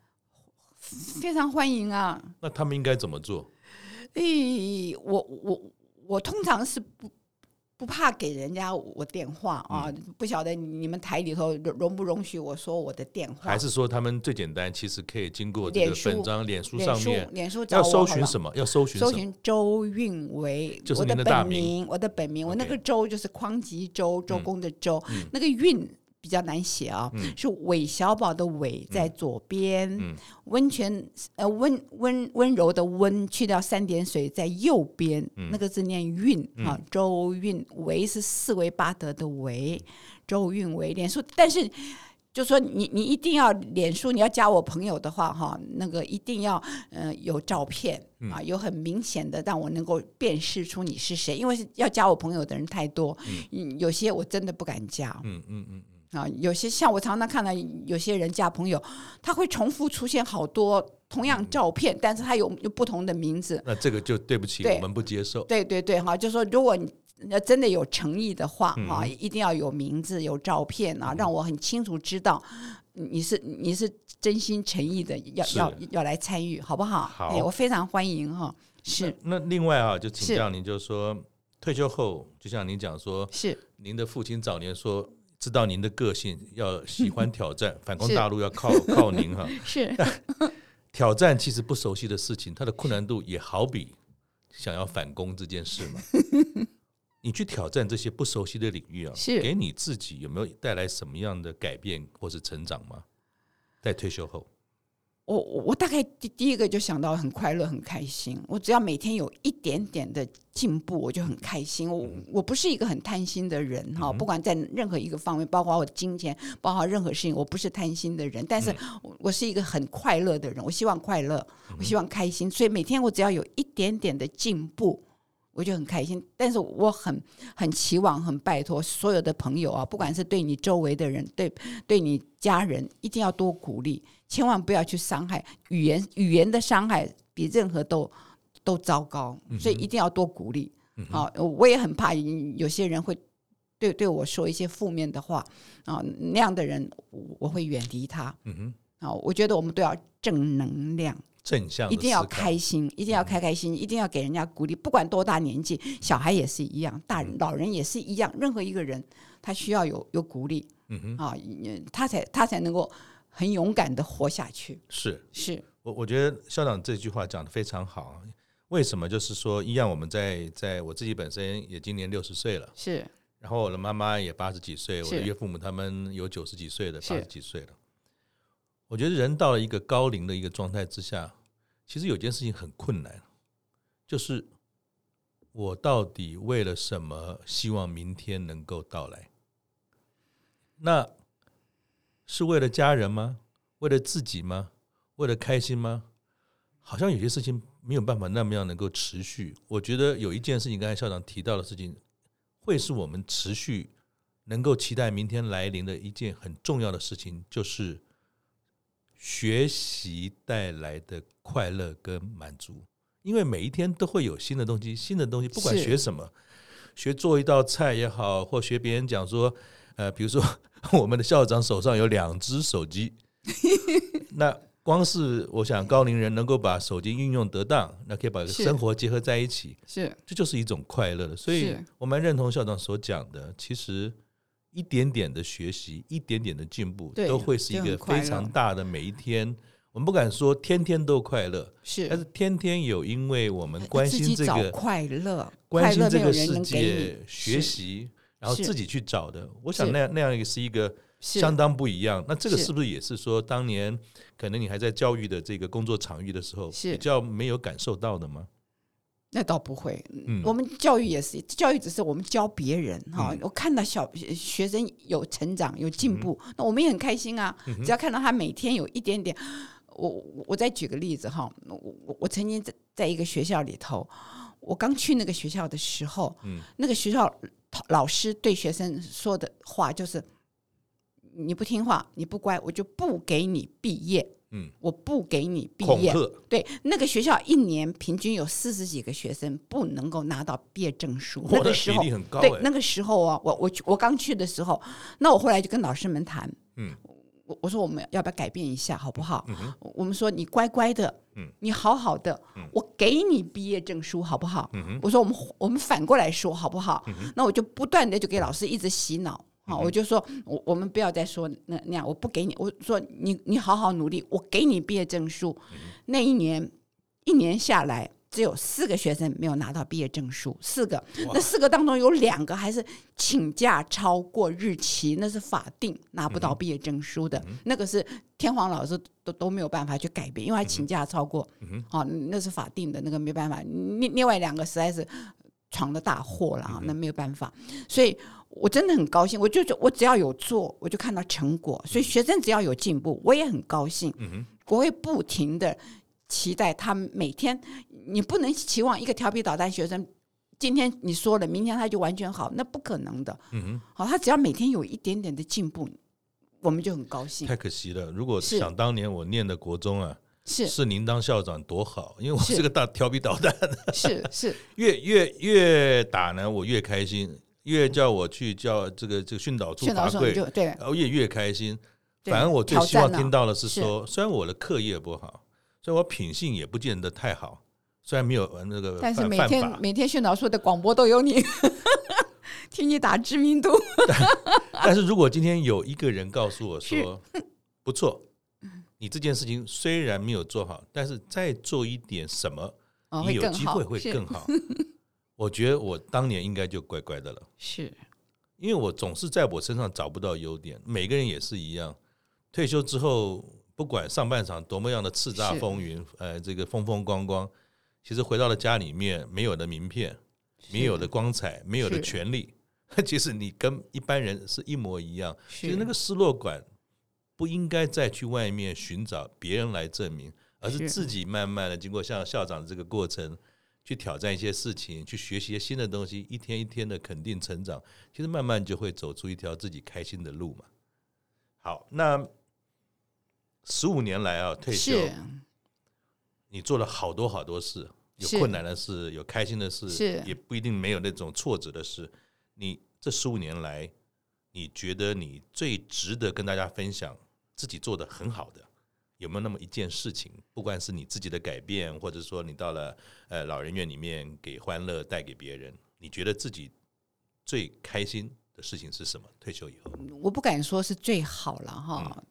[SPEAKER 3] 非常欢迎啊！
[SPEAKER 2] 那他们应该怎么做？
[SPEAKER 3] 诶、我我我通常是不不怕给人家我电话啊，
[SPEAKER 2] 嗯
[SPEAKER 3] 不晓得你们台里头容不容许我说我的电话？
[SPEAKER 2] 还是说他们最简单，其实可以经过这个
[SPEAKER 3] 脸书
[SPEAKER 2] 粉章、脸书上
[SPEAKER 3] 脸书
[SPEAKER 2] 面
[SPEAKER 3] 脸书找
[SPEAKER 2] 要
[SPEAKER 3] 我
[SPEAKER 2] 搜
[SPEAKER 3] 好
[SPEAKER 2] 寻
[SPEAKER 3] 了
[SPEAKER 2] 什么？要搜寻
[SPEAKER 3] 搜
[SPEAKER 2] 什么？
[SPEAKER 3] 寻周运维，
[SPEAKER 2] 就是
[SPEAKER 3] 我
[SPEAKER 2] 您的大
[SPEAKER 3] 本
[SPEAKER 2] 名
[SPEAKER 3] 名，我的本名，我那
[SPEAKER 2] OK 嗯
[SPEAKER 3] 个周就是匡吉周，周公的周，那个运比较难写啊，是韦小宝的韦在左边，
[SPEAKER 2] 嗯
[SPEAKER 3] 温泉呃温温温柔的温去掉三点水在右边，
[SPEAKER 2] 嗯
[SPEAKER 3] 那个字念运啊，周运维是四维八德的维，周运维脸书，但是。就说你你一定要脸书，你要加我朋友的话哈，那个一定要呃有照片啊，有很明显的让我能够辨识出你是谁，因为是要加我朋友的人太多，嗯有些我真的不敢加
[SPEAKER 2] 嗯嗯嗯嗯，
[SPEAKER 3] 啊，有些像我常常看到有些人加朋友，他会重复出现好多同样照片，但是他有有不同的名字，
[SPEAKER 2] 那这个就对不起，
[SPEAKER 3] 对
[SPEAKER 2] 我们不接受。
[SPEAKER 3] 对对对，哈，就说如果你那真的有诚意的话啊，
[SPEAKER 2] 嗯
[SPEAKER 3] 一定要有名字、有照片啊，让我很清楚知道你是你是真心诚意的要
[SPEAKER 2] 是
[SPEAKER 3] 要要来参与，好不好？
[SPEAKER 2] 好
[SPEAKER 3] 哎我非常欢迎哈，是
[SPEAKER 2] 那另外啊，就请
[SPEAKER 3] 是
[SPEAKER 2] 教您，就是说退休后，就像您讲说，
[SPEAKER 3] 是
[SPEAKER 2] 您的父亲早年说。知道您的个性，要喜欢挑 战，反攻大陆要靠靠您哈。
[SPEAKER 3] 是
[SPEAKER 2] 挑战其实不熟悉的事情，它的困难度也好比想要反攻这件事 嘛。你去挑战这些不熟悉的领域啊，
[SPEAKER 3] 是
[SPEAKER 2] 给你自己有没有带来什么样的改变或是成长吗？在退休后，
[SPEAKER 3] 我我我大概第第一个就想到很快乐很开心，我只要每天有一点点的进步，我就很开心。我我不是一个很贪心的人哈，不管在任何一个方面，包括我的金钱，包括任何事情，我不是贪心的人。但是我我是一个很快乐的人，我希望快乐，我希望开心，所以每天我只要有一点点的进步。我就很开心，但是我很很期望，很拜托所有的朋友啊，不管是对你周围的人，对对你家人，一定要多鼓励，千万不要去伤害语言，语言的伤害比任何都都糟糕，
[SPEAKER 2] 嗯
[SPEAKER 3] 所以一定要多鼓励。好、我也很怕有些人会对对我说一些负面的话啊，那样的人我我会远离他
[SPEAKER 2] 嗯哼，
[SPEAKER 3] 啊。我觉得我们都要正能量。
[SPEAKER 2] 正向的
[SPEAKER 3] 一定要
[SPEAKER 2] 思考嗯
[SPEAKER 3] 开心，一定要开开心，一定要给人家鼓励，不管多大年纪，小孩也是一样，大
[SPEAKER 2] 嗯
[SPEAKER 3] 人老人也是一样，任何一个人他需要有有鼓励，
[SPEAKER 2] 嗯哼，
[SPEAKER 3] 啊，也他才他才能够很勇敢的活下去。
[SPEAKER 2] 是
[SPEAKER 3] 是
[SPEAKER 2] 我我觉得校长这句话讲的非常好啊。为什么？就是说，一样我们在在我自己本身也今年六十岁了，
[SPEAKER 3] 是
[SPEAKER 2] 然后我的妈妈也八十几岁，我的
[SPEAKER 3] 是
[SPEAKER 2] 岳父母他们有九十几岁的，
[SPEAKER 3] 是
[SPEAKER 2] 八十几岁了。我觉得人到了一个高龄的一个状态之下，其实有件事情很困难，就是我到底为了什么希望明天能够到来？那是为了家人吗？为了自己吗？为了开心吗？好像有些事情没有办法那么样能够持续。我觉得有一件事情，刚才校长提到的事情，会是我们持续能够期待明天来临的一件很重要的事情，就是学习带来的快乐跟满足。因为每一天都会有新的东西，新的东西，不管
[SPEAKER 3] 是
[SPEAKER 2] 学什么，学做一道菜也好，或学别人讲说，呃，比如说 我们的校长手上有两只手机，那光是我想高龄人能够把手机运用得当，那可以把
[SPEAKER 3] 是
[SPEAKER 2] 生活结合在一起，
[SPEAKER 3] 是
[SPEAKER 2] 这就是一种快乐的。所以
[SPEAKER 3] 是
[SPEAKER 2] 我蛮认同校长所讲的，其实一点点的学习，一点点的进步，
[SPEAKER 3] 对
[SPEAKER 2] 都会是一
[SPEAKER 3] 就
[SPEAKER 2] 个
[SPEAKER 3] 很快
[SPEAKER 2] 非
[SPEAKER 3] 乐
[SPEAKER 2] 常大的每一天。我们不敢说天天都快乐，
[SPEAKER 3] 是，
[SPEAKER 2] 但是天天有，因为我们关
[SPEAKER 3] 呃自呃己
[SPEAKER 2] 心这
[SPEAKER 3] 找
[SPEAKER 2] 个
[SPEAKER 3] 快乐，
[SPEAKER 2] 关心
[SPEAKER 3] 快乐
[SPEAKER 2] 这
[SPEAKER 3] 没有
[SPEAKER 2] 个
[SPEAKER 3] 人
[SPEAKER 2] 世
[SPEAKER 3] 能给
[SPEAKER 2] 界
[SPEAKER 3] 你
[SPEAKER 2] 学
[SPEAKER 3] 是
[SPEAKER 2] 习，然后
[SPEAKER 3] 是
[SPEAKER 2] 自己去找的。我想
[SPEAKER 3] 是
[SPEAKER 2] 那样那样一个是一个
[SPEAKER 3] 是
[SPEAKER 2] 相当不一样。那这个
[SPEAKER 3] 是
[SPEAKER 2] 是不是也是说，当年可能你还在教育的这个工作场域的时候，
[SPEAKER 3] 是
[SPEAKER 2] 比较没有感受到的吗？
[SPEAKER 3] 那倒不会，
[SPEAKER 2] 嗯
[SPEAKER 3] 我们教育也是，教育只是我们教别人哈、我看到小学生有成长有
[SPEAKER 2] 嗯
[SPEAKER 3] 进步，那我们也很开心啊。只要看到他每天有一点点，我我我再举个例子哈，我我我曾经在在一个学校里头，我刚去那个学校的时候，
[SPEAKER 2] 嗯
[SPEAKER 3] 那个学校老师对学生说的话就是：你不听话，你不乖，我就不给你毕业。
[SPEAKER 2] 嗯，
[SPEAKER 3] 我不给你毕
[SPEAKER 2] 恐
[SPEAKER 3] 业，
[SPEAKER 2] 吓，
[SPEAKER 3] 对，那个学校一年平均有四十几个学生不能够拿到毕业证书。
[SPEAKER 2] 我
[SPEAKER 3] 那
[SPEAKER 2] 的
[SPEAKER 3] 个时
[SPEAKER 2] 比
[SPEAKER 3] 候
[SPEAKER 2] 例，很高
[SPEAKER 3] 对
[SPEAKER 2] 哎，
[SPEAKER 3] 那个时候啊，我我去我刚去的时候，那我后来就跟老师们谈，
[SPEAKER 2] 嗯，
[SPEAKER 3] 我我说我们要不要改变一下，好不好？
[SPEAKER 2] 嗯哼
[SPEAKER 3] 我们说你乖乖的，
[SPEAKER 2] 嗯，
[SPEAKER 3] 你好好的，
[SPEAKER 2] 嗯
[SPEAKER 3] 我给你毕业证书，好不好？
[SPEAKER 2] 嗯哼嗯
[SPEAKER 3] 我说我们我们反过来说好不好？那我就不断的就给老师一直洗脑。好，我就说，我我们不要再说那那样，我不给你，我说你你好好努力，我给你毕业证书。
[SPEAKER 2] 嗯
[SPEAKER 3] 那一年一年下来，只有四个学生没有拿到毕业证书，四个，那四个当中有两个还是请假超过日期，那是法定拿不到毕业证书的，那个是天皇老师都都没有办法去改变，因为他请假超过，哦，那是法定的，那个没办法。另另外两个实在是闯了大祸了啊，那没有办法。所以我真的很高兴，我就就我只要有做，我就看到成果。所以学生只要有进步，我也很高兴。
[SPEAKER 2] 嗯
[SPEAKER 3] 我会不停的期待他们每天，你不能期望一个调皮捣蛋学生。今天你说了，明天他就完全好，那不可能的。
[SPEAKER 2] 嗯
[SPEAKER 3] 好，他只要每天有一点点的进步，我们就很高兴
[SPEAKER 2] 哼，。太可惜了。如果
[SPEAKER 3] 是
[SPEAKER 2] 想当年我念的国中啊，
[SPEAKER 3] 是
[SPEAKER 2] 是您当校长多好，因为我
[SPEAKER 3] 是
[SPEAKER 2] 是个大调皮捣蛋，
[SPEAKER 3] 是是，
[SPEAKER 2] 越越越打呢，我越开心，越叫我去叫这个这个训导处
[SPEAKER 3] 训导
[SPEAKER 2] 罚
[SPEAKER 3] 说
[SPEAKER 2] 跪
[SPEAKER 3] 你，就对
[SPEAKER 2] 然后越越开心。
[SPEAKER 3] 对
[SPEAKER 2] 反而我最
[SPEAKER 3] 挑
[SPEAKER 2] 希望
[SPEAKER 3] 战啊
[SPEAKER 2] 听到的是
[SPEAKER 3] 是
[SPEAKER 2] 说，虽然我的课业不好，虽然我品性也不见得太好，虽然没有呃那个
[SPEAKER 3] 但
[SPEAKER 2] 犯
[SPEAKER 3] 是每
[SPEAKER 2] 犯
[SPEAKER 3] 天
[SPEAKER 2] 法，
[SPEAKER 3] 每天训导处的广播都有你， 听你打知名度，
[SPEAKER 2] 但是如果今天有一个人告诉我 说，不错，
[SPEAKER 3] 嗯
[SPEAKER 2] 你这件事情虽然没有做好，但是再做一点什么，
[SPEAKER 3] 哦，
[SPEAKER 2] 你
[SPEAKER 3] 会
[SPEAKER 2] 有
[SPEAKER 3] 更
[SPEAKER 2] 机
[SPEAKER 3] 好，
[SPEAKER 2] 会会
[SPEAKER 3] 是
[SPEAKER 2] 更 好。我觉得我当年应该就乖乖的了，
[SPEAKER 3] 是
[SPEAKER 2] 因为我总是在我身上找不到优点。每个人也是一样，退休之后，不管上半场多么样的叱咤
[SPEAKER 3] 是
[SPEAKER 2] 风云，呃，这个风风光光，其实回到了家里面，没有的名片，没有的光彩，没有的
[SPEAKER 3] 是
[SPEAKER 2] 权利， 其实你跟一般人是一模一样。其
[SPEAKER 3] 是
[SPEAKER 2] 实那个失落感不应该再去外面寻找别人来证明，而是
[SPEAKER 3] 是
[SPEAKER 2] 自己慢慢的经过像校长这个过程，去挑战一些事情，去学习一些新的东西，一天一天的肯定成长，其实慢慢就会走出一条自己开心的路嘛。好，那十五年来啊，退休
[SPEAKER 3] 是
[SPEAKER 2] 你做了好多好多事，有
[SPEAKER 3] 是
[SPEAKER 2] 困难的事，有开心的事，
[SPEAKER 3] 是
[SPEAKER 2] 也不一定没有那种挫折的事。你这十五年来，你觉得你最值得跟大家分享自己做的很好的，有没有那么一件事情？不管是你自己的改变，或者说你到了呃老人院里面给欢乐带给别人，你觉得自己最开心的事情是什么？退休以后，
[SPEAKER 3] 我不敢说是最好了哈，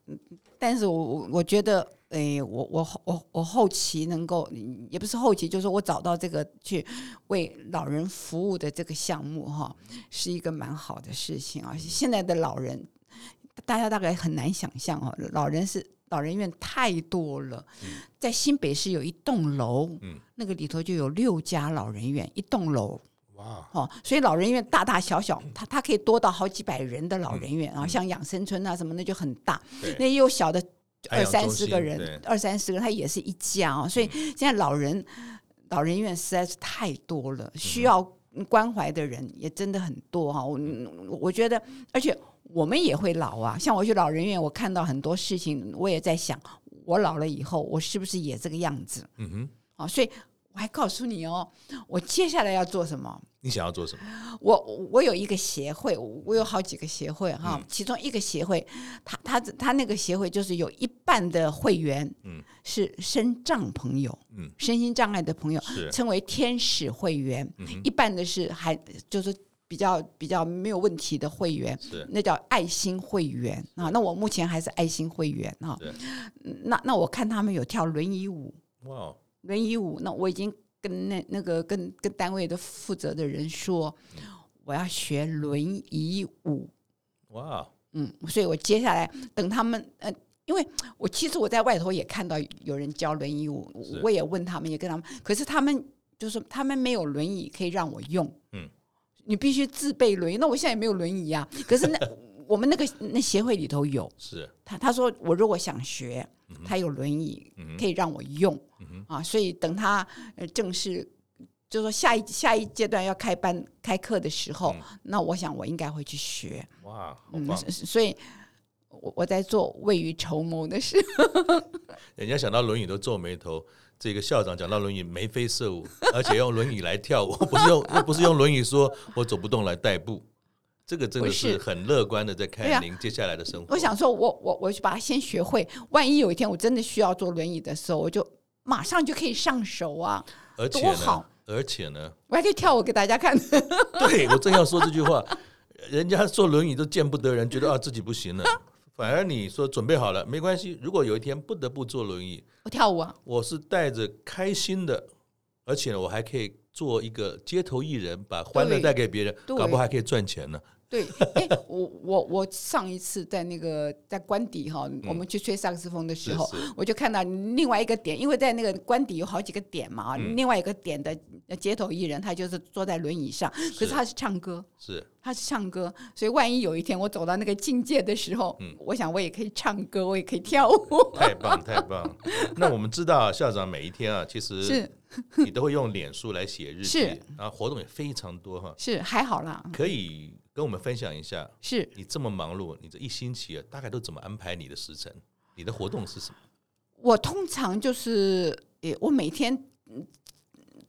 [SPEAKER 3] 但是我我我觉得，诶、我我后我我后期能够，也不是后期，就是我找到这个去为老人服务的这个项目哈，是一个蛮好的事情啊。现在的老人，大家大概很难想象哦，老人是老人院太多了，在新北市有一栋楼，
[SPEAKER 2] 嗯
[SPEAKER 3] 那个里头就有六家老人院，一栋楼，
[SPEAKER 2] 哇，
[SPEAKER 3] 哦，所以老人院大大小小，
[SPEAKER 2] 嗯
[SPEAKER 3] 它它可以多到好几百人的老人院啊，像养生村啊什么那就很大，那
[SPEAKER 2] 对，
[SPEAKER 3] 也有小的
[SPEAKER 2] 安
[SPEAKER 3] 二
[SPEAKER 2] 养
[SPEAKER 3] 三
[SPEAKER 2] 中
[SPEAKER 3] 十
[SPEAKER 2] 心
[SPEAKER 3] 个
[SPEAKER 2] 对嗯
[SPEAKER 3] 人，二三十个它也是一家哦，所以现在老人老人院实在是太多了，
[SPEAKER 2] 嗯
[SPEAKER 3] 需要关怀的人也真的很多哈、我
[SPEAKER 2] 嗯
[SPEAKER 3] 我觉得，而且我们也会老啊，像我去老人院，我看到很多事情，我也在想，我老了以后，我是不是也这个样子
[SPEAKER 2] 嗯哼，
[SPEAKER 3] 啊、哦？所以我还告诉你哦，我接下来要做什么。
[SPEAKER 2] 你想要做什么？
[SPEAKER 3] 我我有一个协会，我有好几个协会哈，
[SPEAKER 2] 嗯
[SPEAKER 3] 其中一个协会，他他他那个协会就是有一半的会员，
[SPEAKER 2] 嗯
[SPEAKER 3] 是身障朋友，
[SPEAKER 2] 嗯，
[SPEAKER 3] 身心障碍的朋友，
[SPEAKER 2] 是嗯
[SPEAKER 3] 称为天使会员，一半的是还就是比较比较没有问题的会员，
[SPEAKER 2] 是
[SPEAKER 3] 那叫爱心会员啊。那我目前还是爱心会员啊
[SPEAKER 2] 对，
[SPEAKER 3] 嗯那那我看他们有跳轮椅舞，
[SPEAKER 2] 哇哦，
[SPEAKER 3] 轮椅舞，那我已经跟那那个跟跟单位的负责的人说，我要学轮椅舞，
[SPEAKER 2] 哇哦，
[SPEAKER 3] 嗯，所以我接下来等他们呃。因为我其实我在外头也看到有人教轮椅舞
[SPEAKER 2] 是，
[SPEAKER 3] 我也问他们，也跟他们，可是他们就是他们没有轮椅可以让我用，
[SPEAKER 2] 嗯，
[SPEAKER 3] 你必须自备轮椅。那我现在也没有轮椅啊，可是那 我们那个那协会里头有，
[SPEAKER 2] 是，
[SPEAKER 3] 他他说我如果想学，他有轮椅可以让我用、啊，所以等他呃正式就说下一下一阶段要开班开课的时候，那我想我应该会去学，
[SPEAKER 2] 哇，好
[SPEAKER 3] 嗯，
[SPEAKER 2] 棒。
[SPEAKER 3] 所所以我我在做未雨绸缪的事，
[SPEAKER 2] 人家想到轮椅都皱眉头。这个校长讲到轮椅眉飞色舞，而且用轮椅来跳舞， 不是用不是用轮椅说我走不动来代步，这个真的
[SPEAKER 3] 不是
[SPEAKER 2] 是很乐观的在
[SPEAKER 3] 对啊
[SPEAKER 2] 看您接下来的 生活。
[SPEAKER 3] 我想说我我我去把它先学会，万一有一天我真的需要坐轮椅的时候，我就马上就可以上手啊，
[SPEAKER 2] 而且
[SPEAKER 3] 多
[SPEAKER 2] 呢
[SPEAKER 3] 好，
[SPEAKER 2] 而且呢，
[SPEAKER 3] 我还可以跳舞给大家看，
[SPEAKER 2] 对我正要说这句话，人家坐轮椅都见不得人，觉得啊自己不行了，反而你说准备好了没关系，如果有一天不得不坐轮椅，
[SPEAKER 3] 我跳舞啊，
[SPEAKER 2] 我是带着开心的，而且呢我还可以做一个街头艺人，把欢乐
[SPEAKER 3] 对
[SPEAKER 2] 带给别人，
[SPEAKER 3] 对
[SPEAKER 2] 搞不好还可以赚钱呢。
[SPEAKER 3] 对，哎，我我我上一次在那个在官邸哈，我们去吹萨克斯风的时候，
[SPEAKER 2] 是是
[SPEAKER 3] 我就看到另外一个点，因为在那个官邸有好几个点嘛，啊另外一个点的街头艺人，他就是坐在轮椅上，可是他是唱歌，
[SPEAKER 2] 是。
[SPEAKER 3] 他是唱歌，所以万一有一天我走到那个境界的时候，我想我也可以唱歌，我也可以 跳舞，
[SPEAKER 2] 太棒太棒！那我们知道校长每一天啊，其实
[SPEAKER 3] 是
[SPEAKER 2] 你都会用脸书来写日记
[SPEAKER 3] 是，
[SPEAKER 2] 然后活动也非常多哈，
[SPEAKER 3] 是还好啦，
[SPEAKER 2] 可以跟我们分享一下，
[SPEAKER 3] 是
[SPEAKER 2] 你这么忙碌，你这一星期啊，大概都怎么安排你的时辰？你的活动是什么？
[SPEAKER 3] 我通常就是，诶，我每天嗯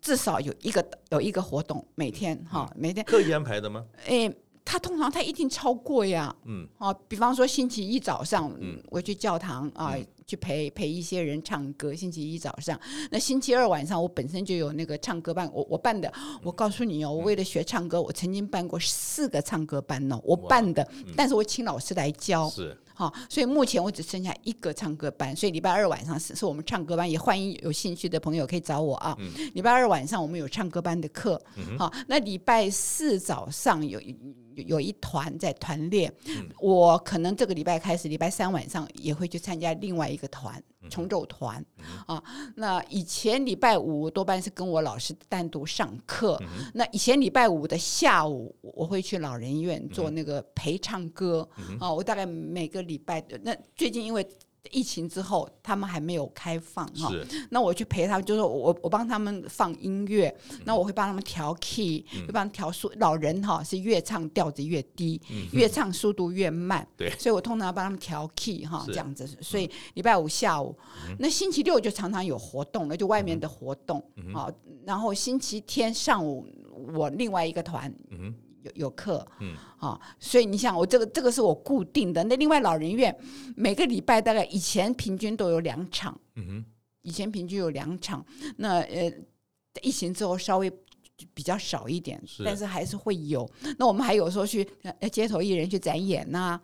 [SPEAKER 3] 至少有一个有一个活动，每天哈，每天，
[SPEAKER 2] 刻意安排的吗？
[SPEAKER 3] 诶，他通常他一定超过呀，
[SPEAKER 2] 嗯
[SPEAKER 3] 哦，比方说星期一早上，
[SPEAKER 2] 嗯
[SPEAKER 3] 我去教堂啊、去陪陪一些人唱歌。星期一早上，那星期二晚上，我本身就有那个唱歌班，我我办的。
[SPEAKER 2] 嗯
[SPEAKER 3] 我告诉你哦，我为了学唱歌，我曾经办过四个唱歌班呢，我
[SPEAKER 2] 哇嗯
[SPEAKER 3] 办的，但是我请老师来教。
[SPEAKER 2] 是
[SPEAKER 3] 好、所以目前我只剩下一个唱歌班，所以礼拜二晚上是是我们唱歌班，也欢迎有兴趣的朋友可以找我啊。礼拜二晚上我们有唱歌班的课，好、那礼拜四早上有有有一团在团练，我可能这个礼拜开始，礼拜三晚上也会去参加另外一个团。重奏团啊，那以前礼拜五多半是跟我老师单独上课。那以前礼拜五的下午，我我会去老人院做那个陪唱歌啊。我大概每个礼拜，那最近因为疫情之后，他们还没有开放啊哈。
[SPEAKER 2] 是，
[SPEAKER 3] 那我去陪他们，就是我我帮他们放音乐，
[SPEAKER 2] 嗯
[SPEAKER 3] 那我会帮他们调 key，会帮他们调速。老人哈是越唱调子越低，越唱速度越慢，
[SPEAKER 2] 嗯 对
[SPEAKER 3] 所以我通常帮他们调 key 哈，
[SPEAKER 2] 是嗯
[SPEAKER 3] 这样子。所以礼拜五下午，那星期六就常常有活动了，就外面的活动
[SPEAKER 2] 嗯
[SPEAKER 3] 啊。然后星期天上午，我另外一个团
[SPEAKER 2] 嗯
[SPEAKER 3] 有有课，
[SPEAKER 2] 嗯
[SPEAKER 3] 啊，所以你想，我这个这个是我固定的。那另外老人院每个礼拜大概以前平均都有两场。
[SPEAKER 2] 嗯哼，
[SPEAKER 3] 以前平均有两场，那呃，疫情之后稍微比较少一点，
[SPEAKER 2] 是
[SPEAKER 3] 但是还是会有。那我们还有时候去呃街头艺人去展演 呐、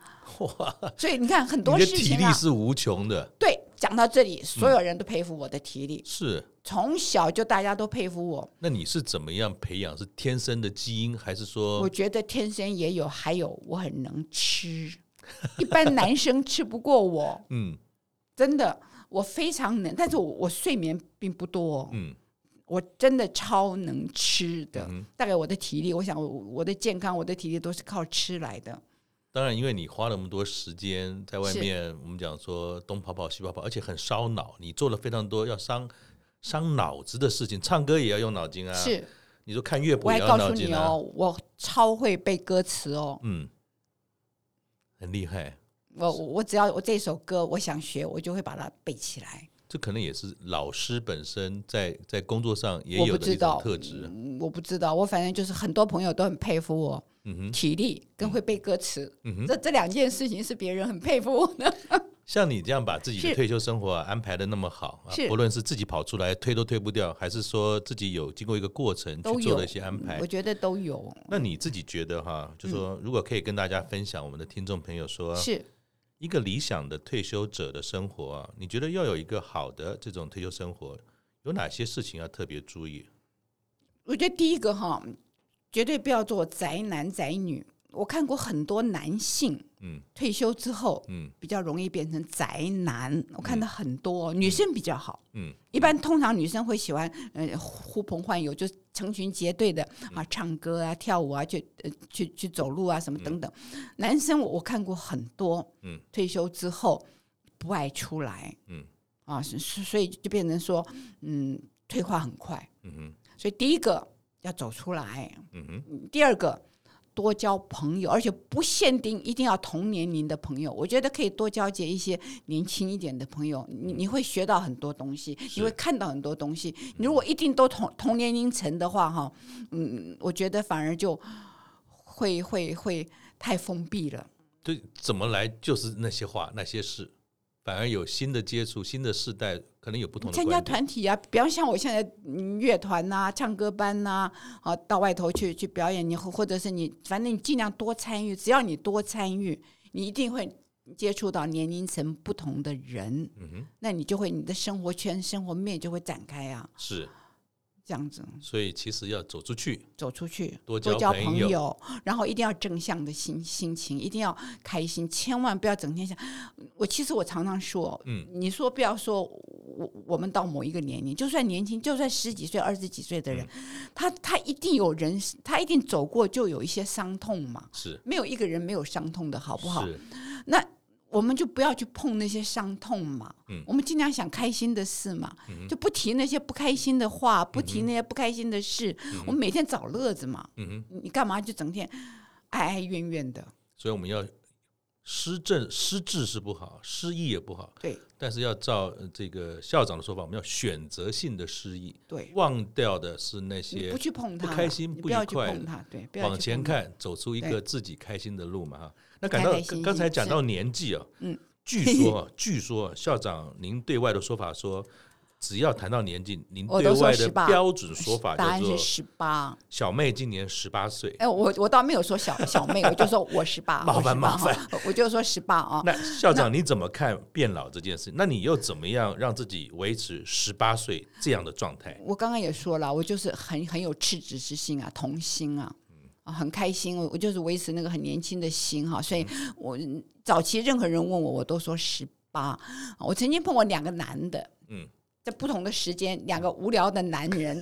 [SPEAKER 3] 所以你看很多
[SPEAKER 2] 你的
[SPEAKER 3] 事
[SPEAKER 2] 体
[SPEAKER 3] 情
[SPEAKER 2] 力
[SPEAKER 3] 啊。
[SPEAKER 2] 是嗯无穷的，
[SPEAKER 3] 对，讲到这里，所有人都佩服我的体力，
[SPEAKER 2] 是。
[SPEAKER 3] 从小就大家都佩服我。
[SPEAKER 2] 那你是怎么样培养？是天生的基因，还是
[SPEAKER 3] 我
[SPEAKER 2] 说
[SPEAKER 3] 觉得天生也有，还有我很能吃，一般男生吃不过我，
[SPEAKER 2] 嗯
[SPEAKER 3] 真的，我非常能，但是我我睡眠并不多、哦。
[SPEAKER 2] 嗯
[SPEAKER 3] 我真的超能吃的，
[SPEAKER 2] 嗯哼
[SPEAKER 3] 大概我的体力，我想我我的健康，我的体力都是靠吃来的。
[SPEAKER 2] 当然，因为你花了那么多时间在外
[SPEAKER 3] 是
[SPEAKER 2] 面，我们讲说东跑跑西跑跑，而且很烧脑，你做了非常多要伤伤脑子的事情，唱歌也要用脑筋啊。，
[SPEAKER 3] 是，
[SPEAKER 2] 你说看乐谱
[SPEAKER 3] 我
[SPEAKER 2] 也
[SPEAKER 3] 还
[SPEAKER 2] 要
[SPEAKER 3] 告
[SPEAKER 2] 脑
[SPEAKER 3] 诉你
[SPEAKER 2] 筋啊。
[SPEAKER 3] 哦，我超会背歌词哦。
[SPEAKER 2] 嗯，很厉害。
[SPEAKER 3] 我我我只要我这首歌我想学，我就会把它背起来。
[SPEAKER 2] 这可能也是老师本身在在工作上也
[SPEAKER 3] 我
[SPEAKER 2] 有
[SPEAKER 3] 不
[SPEAKER 2] 的一
[SPEAKER 3] 知
[SPEAKER 2] 种
[SPEAKER 3] 道
[SPEAKER 2] 特质。
[SPEAKER 3] 嗯我不知道，我反正就是很多朋友都很佩服我
[SPEAKER 2] 嗯哼，
[SPEAKER 3] 体力跟会背歌词，
[SPEAKER 2] 嗯哼
[SPEAKER 3] 这这两件事情是别人很佩服我的。
[SPEAKER 2] 像你这样把自己的
[SPEAKER 3] 是
[SPEAKER 2] 退休生活、啊、安排的那么好、啊
[SPEAKER 3] 是，
[SPEAKER 2] 不论是自己跑出来推都推不掉，还是说自己有经过一个过程
[SPEAKER 3] 都
[SPEAKER 2] 去做了
[SPEAKER 3] 有
[SPEAKER 2] 一些安排
[SPEAKER 3] 我，觉得都有，
[SPEAKER 2] 那你自己觉得哈，就说如果可以跟大家分享，我们的听众朋友说，
[SPEAKER 3] 是
[SPEAKER 2] 一个理想的退休者的生活啊，你觉得要有一个好的这种退休生活，有哪些事情要特别注意？
[SPEAKER 3] 我觉得第一个哈，绝对不要做宅男宅女。我看过很多男性
[SPEAKER 2] 嗯
[SPEAKER 3] 退休之后
[SPEAKER 2] 嗯
[SPEAKER 3] 比较容易变成宅男，我看到很多哦女生比较好。
[SPEAKER 2] 嗯，
[SPEAKER 3] 一般通常女生会喜欢，呃，呼朋唤友，就成群结队的
[SPEAKER 2] 嗯
[SPEAKER 3] 啊，唱歌啊，跳舞啊，去呃去去走路啊，什么等等。男生我我看过很多，
[SPEAKER 2] 嗯，
[SPEAKER 3] 退休之后不爱出来，
[SPEAKER 2] 嗯，
[SPEAKER 3] 啊，所所以就变成说，嗯，退化很快。
[SPEAKER 2] 嗯哼
[SPEAKER 3] 所以第一个要走出来，
[SPEAKER 2] 嗯哼
[SPEAKER 3] 第二个多交朋友，而且不限定一定要同年龄的朋友。我觉得可以多交结一些年轻一点的朋友，你你会学到很多东西，你会看到很多东西。你如果一定都同同年龄层的话，哈，嗯，我觉得反而就会会会太封闭了。
[SPEAKER 2] 对，怎么来就是那些话那些事，反而有新的接触，新的世代可能有不同的
[SPEAKER 3] 参加
[SPEAKER 2] 观点。
[SPEAKER 3] 团体啊，比方像我现在嗯乐团呐、唱歌班呐、啊，到外头去去表演，你或或者是你，反正你尽量多参与，只要你多参与，你一定会接触到年龄层不同的人，
[SPEAKER 2] 嗯哼，
[SPEAKER 3] 那你就会你的生活圈、生活面就会展开啊，
[SPEAKER 2] 是，
[SPEAKER 3] 这样子
[SPEAKER 2] 所以其实要走出去，
[SPEAKER 3] 走出去，
[SPEAKER 2] 多交
[SPEAKER 3] 多交
[SPEAKER 2] 朋
[SPEAKER 3] 朋
[SPEAKER 2] 友
[SPEAKER 3] 友，然后一定要正向的心心情，一定要开心，千万不要整天想。我其实我常常说，
[SPEAKER 2] 嗯，
[SPEAKER 3] 你说不要说我我们到某一个年龄，就算年轻，就算十几岁、二十几岁的人，
[SPEAKER 2] 嗯
[SPEAKER 3] 他他一定有人，他一定走过就有一些伤痛嘛。
[SPEAKER 2] 是
[SPEAKER 3] 没有一个人没有伤痛的好不好？
[SPEAKER 2] 是，
[SPEAKER 3] 那我们就不要去碰那些伤痛嘛，
[SPEAKER 2] 嗯
[SPEAKER 3] 我们尽量想开心的事嘛，就不提那些不开心的
[SPEAKER 2] 嗯
[SPEAKER 3] 话，不提那些不开心的事，我们每天找乐子嘛，
[SPEAKER 2] 嗯哼。
[SPEAKER 3] 你干嘛就整天哀哀怨怨的？
[SPEAKER 2] 所以我们要失政失智是不好，失忆也不好，
[SPEAKER 3] 对
[SPEAKER 2] 但是要照呃这个校长的说法，我们要选择性的失忆，
[SPEAKER 3] 对，
[SPEAKER 2] 忘掉的是那
[SPEAKER 3] 你
[SPEAKER 2] 些
[SPEAKER 3] 不去碰它
[SPEAKER 2] 不
[SPEAKER 3] 了，
[SPEAKER 2] 开心
[SPEAKER 3] 你
[SPEAKER 2] 不
[SPEAKER 3] 不
[SPEAKER 2] 愉
[SPEAKER 3] 要去
[SPEAKER 2] 快
[SPEAKER 3] 碰它，对，不要去
[SPEAKER 2] 往前
[SPEAKER 3] 碰它，
[SPEAKER 2] 看，走出一个
[SPEAKER 3] 对
[SPEAKER 2] 自己开心的路嘛哈。那
[SPEAKER 3] 开
[SPEAKER 2] 感到
[SPEAKER 3] 开心心
[SPEAKER 2] 刚才讲
[SPEAKER 3] 是
[SPEAKER 2] 到年纪啊，
[SPEAKER 3] 嗯，
[SPEAKER 2] 据说 啊据说啊校长您对外的说法说，只要谈到年纪，您
[SPEAKER 3] 我
[SPEAKER 2] 对
[SPEAKER 3] 都说
[SPEAKER 2] 外的
[SPEAKER 3] 18
[SPEAKER 2] 标准说法
[SPEAKER 3] 答
[SPEAKER 2] 叫
[SPEAKER 3] 案
[SPEAKER 2] 做
[SPEAKER 3] 是十八。
[SPEAKER 2] 小妹今年十八岁。
[SPEAKER 3] 哎，我我倒没有说小小妹，我就说我十八，
[SPEAKER 2] 麻烦
[SPEAKER 3] 我18
[SPEAKER 2] 麻烦
[SPEAKER 3] 哈， 我就说十八啊。
[SPEAKER 2] 那校长，你怎么看变老这件事？那你又怎么样让自己维持十八岁这样的状 态？
[SPEAKER 3] 我刚刚也说了，我就是很很有赤子之心啊，童心啊，啊，很开心。我我就是维持那个很年轻的心哈、所以我早期任何人问我，我都说十八。啊我曾经碰过两个男的，
[SPEAKER 2] 嗯，
[SPEAKER 3] 在不同的时间，两个无聊的男人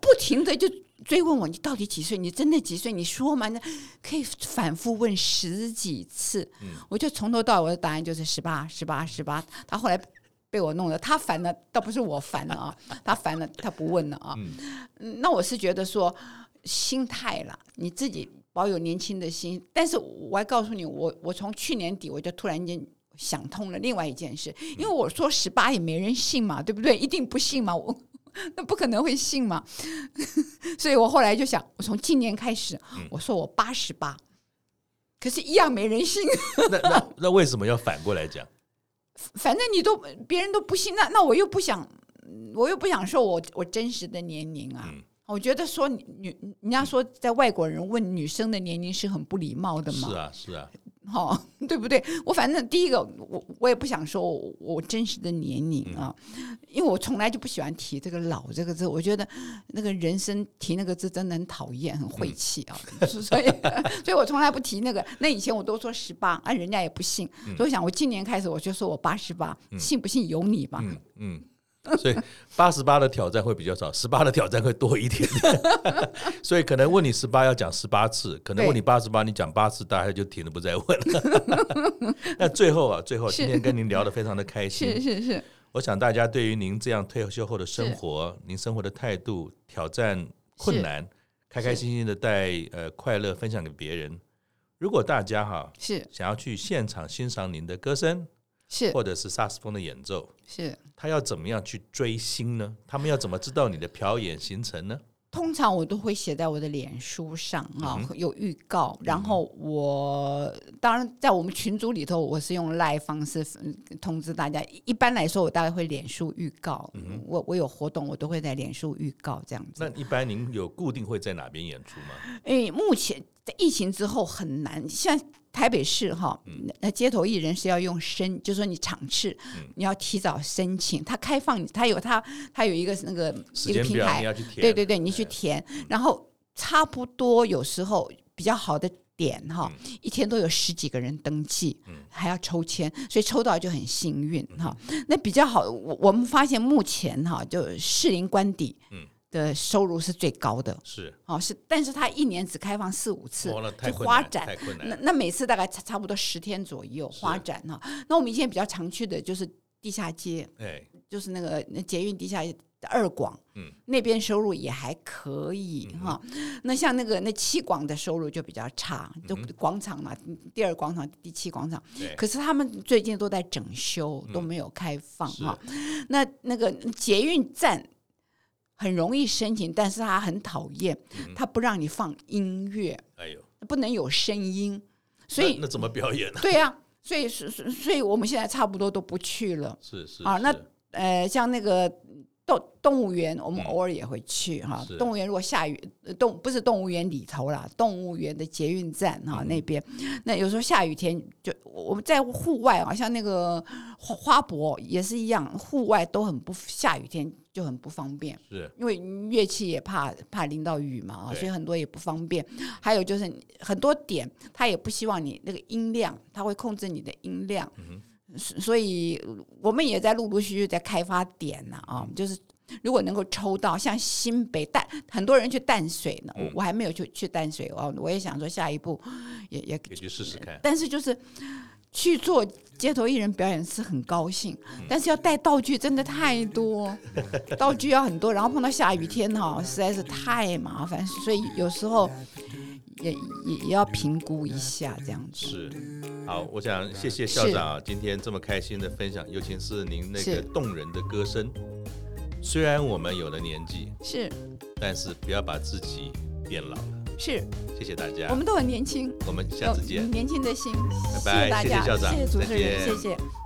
[SPEAKER 3] 不停的就追问我，你到底几岁？你真的几岁？你说嘛？那可以反复问十几次。我就从头到尾的答案就是十八、十八、十八。他后来被我弄得他烦了，倒不是我烦了啊，他烦了，他不问了啊。嗯，那我是觉得说心态啦，你自己保有年轻的心。但是我还告诉你，我我从去年底我就突然间。想通了另外一件事，因为我说十八也没人信嘛，对不对？一定不信嘛，我 那不可能会信嘛，所以我后来就想，我从今年开始，我说我八十八，可是一样没人信。
[SPEAKER 2] 那那那为什么要反过来讲？
[SPEAKER 3] 反正你都别人都不信，那那我又不想，嗯我又不想说我我真实的年龄啊。
[SPEAKER 2] 嗯
[SPEAKER 3] 我觉得说女女人家说在外国人问女生的年龄是很不礼貌的嘛，
[SPEAKER 2] 是啊，是啊，
[SPEAKER 3] 哈、 对不对？我反正第一个，我我也不想说我我真实的年龄啊，因为我从来就不喜欢提这个“老”这个字，我觉得那个人生提那个字真的很讨厌，很晦气啊， 所以所以我从来不提那个。那以前我都说十八，啊，人家也不信，所以我想我今年开始我就说我八十八，信不信由你吧。
[SPEAKER 2] 嗯嗯。所以八十八的挑战会比较少，十八的挑战会多一点。 所以可能问你十八要讲十八次，可能问你八十八你讲八次，大家就停了不再问了。 那最后啊，最后
[SPEAKER 3] 是
[SPEAKER 2] 今天跟您聊得非常的开心，
[SPEAKER 3] 是是是
[SPEAKER 2] 我想大家对于您这样退休后的生活，您生活的态度、挑战、困难，开开心心的带呃快乐分享给别人。如果大家哈
[SPEAKER 3] 是
[SPEAKER 2] 想要去现场欣赏您的歌声
[SPEAKER 3] 是
[SPEAKER 2] 或者是萨克斯风的演奏，
[SPEAKER 3] 是，
[SPEAKER 2] 他要怎么样去追星呢？他们要怎么知道你的表演行程呢？
[SPEAKER 3] 通常我都会写在我的脸书上啊，
[SPEAKER 2] 嗯
[SPEAKER 3] 有预告。然后我当然在我们群组里头，我是用 live 方式嗯通知大家。一般来说，我大概会脸书预告，
[SPEAKER 2] 嗯
[SPEAKER 3] 我我有活动，我都会在脸书预告这样子
[SPEAKER 2] 那。一般您有固定会在哪边演出吗？
[SPEAKER 3] 因为目前在疫情之后很难，像台北市哈，
[SPEAKER 2] 嗯
[SPEAKER 3] 那街头艺人是要用申，就是说你场次
[SPEAKER 2] 嗯
[SPEAKER 3] 你要提早申请，它开放，它有它它有一个那个
[SPEAKER 2] 时
[SPEAKER 3] 一个
[SPEAKER 2] 间
[SPEAKER 3] 平
[SPEAKER 2] 表
[SPEAKER 3] 台
[SPEAKER 2] 你，要去填，
[SPEAKER 3] 对对对，你去填，
[SPEAKER 2] 嗯
[SPEAKER 3] 然后差不多有时候比较好的点哈，
[SPEAKER 2] 嗯
[SPEAKER 3] 一天都有十几个人登记，还要抽签，所以抽到就很幸运哈。
[SPEAKER 2] 嗯
[SPEAKER 3] 那比较好，我我们发现目前哈，就士林官邸
[SPEAKER 2] 嗯
[SPEAKER 3] 的收入是最高的。
[SPEAKER 2] 是，哦
[SPEAKER 3] 哦，是，但是它一年只开放四五次
[SPEAKER 2] 哇，那，太
[SPEAKER 3] 就
[SPEAKER 2] 困
[SPEAKER 3] 花
[SPEAKER 2] 难，
[SPEAKER 3] 展
[SPEAKER 2] 太困难
[SPEAKER 3] 那
[SPEAKER 2] 了，
[SPEAKER 3] 那每次大概差差不多十天左右花展哈、那我们以前比较常去的就是地下街，
[SPEAKER 2] 哎，
[SPEAKER 3] 就是那个那捷运地下二广，
[SPEAKER 2] 嗯，
[SPEAKER 3] 那边收入也还可以哈、那像那个那七广的收入就比较差，就广场嘛，第二广场、第七广场。
[SPEAKER 2] 嗯对，嗯
[SPEAKER 3] 可是他们最近都在整修，都没有开放
[SPEAKER 2] 是
[SPEAKER 3] 哈、那那个捷运站很容易申请，但是他很讨厌，
[SPEAKER 2] 嗯
[SPEAKER 3] 他不让你放音乐，
[SPEAKER 2] 哎呦，
[SPEAKER 3] 不能有声音，所以
[SPEAKER 2] 那那怎么表演呢？
[SPEAKER 3] 对呀、所以所所所以我们现在差不多都不去了。
[SPEAKER 2] 是是
[SPEAKER 3] 啊那
[SPEAKER 2] 是
[SPEAKER 3] 呃，像那个动动物园，我们偶尔也会去哈
[SPEAKER 2] 嗯是。
[SPEAKER 3] 动物园如果下雨，呃动不是动物园里头啦，动物园的捷运站
[SPEAKER 2] 嗯
[SPEAKER 3] 哈那边，那有时候下雨天就我我们在户外啊，像那个花花博也是一样，户外都很不下雨天就很不方便。
[SPEAKER 2] 是，
[SPEAKER 3] 因为乐器也怕怕淋到雨嘛啊，
[SPEAKER 2] 对
[SPEAKER 3] 所以很多也不方便。还有就是你很多点，他也不希望你那个音量，他会控制你的音量。所所以我们也在陆陆续续在开发点呢啊，就是如果能够抽到像新北淡，很多人去淡水呢，我我还没有去去淡水哦，我也想说下一步也也
[SPEAKER 2] 也去试试看。
[SPEAKER 3] 但是就是去做街头艺人表演是很高兴，
[SPEAKER 2] 嗯
[SPEAKER 3] 但是要带道具真的太 多，道
[SPEAKER 2] 嗯
[SPEAKER 3] 具要很多，然后碰到下雨天哈，实在是太麻烦，所以有时候也也也要评估一下这样子。
[SPEAKER 2] 是，好，我想谢谢校长啊，今天这么开心的分享，尤其是您那个
[SPEAKER 3] 是
[SPEAKER 2] 动人的歌声。虽然我们有了年纪，
[SPEAKER 3] 是
[SPEAKER 2] 但是不要把自己变老了。
[SPEAKER 3] 是，
[SPEAKER 2] 谢谢大家，
[SPEAKER 3] 我们都很年轻，
[SPEAKER 2] 我们下次见
[SPEAKER 3] 有。年轻的心，
[SPEAKER 2] 拜拜谢
[SPEAKER 3] 谢谢大
[SPEAKER 2] 谢
[SPEAKER 3] 家，
[SPEAKER 2] 校长
[SPEAKER 3] 谢谢主持
[SPEAKER 2] 再
[SPEAKER 3] 人，
[SPEAKER 2] 见
[SPEAKER 3] 谢谢。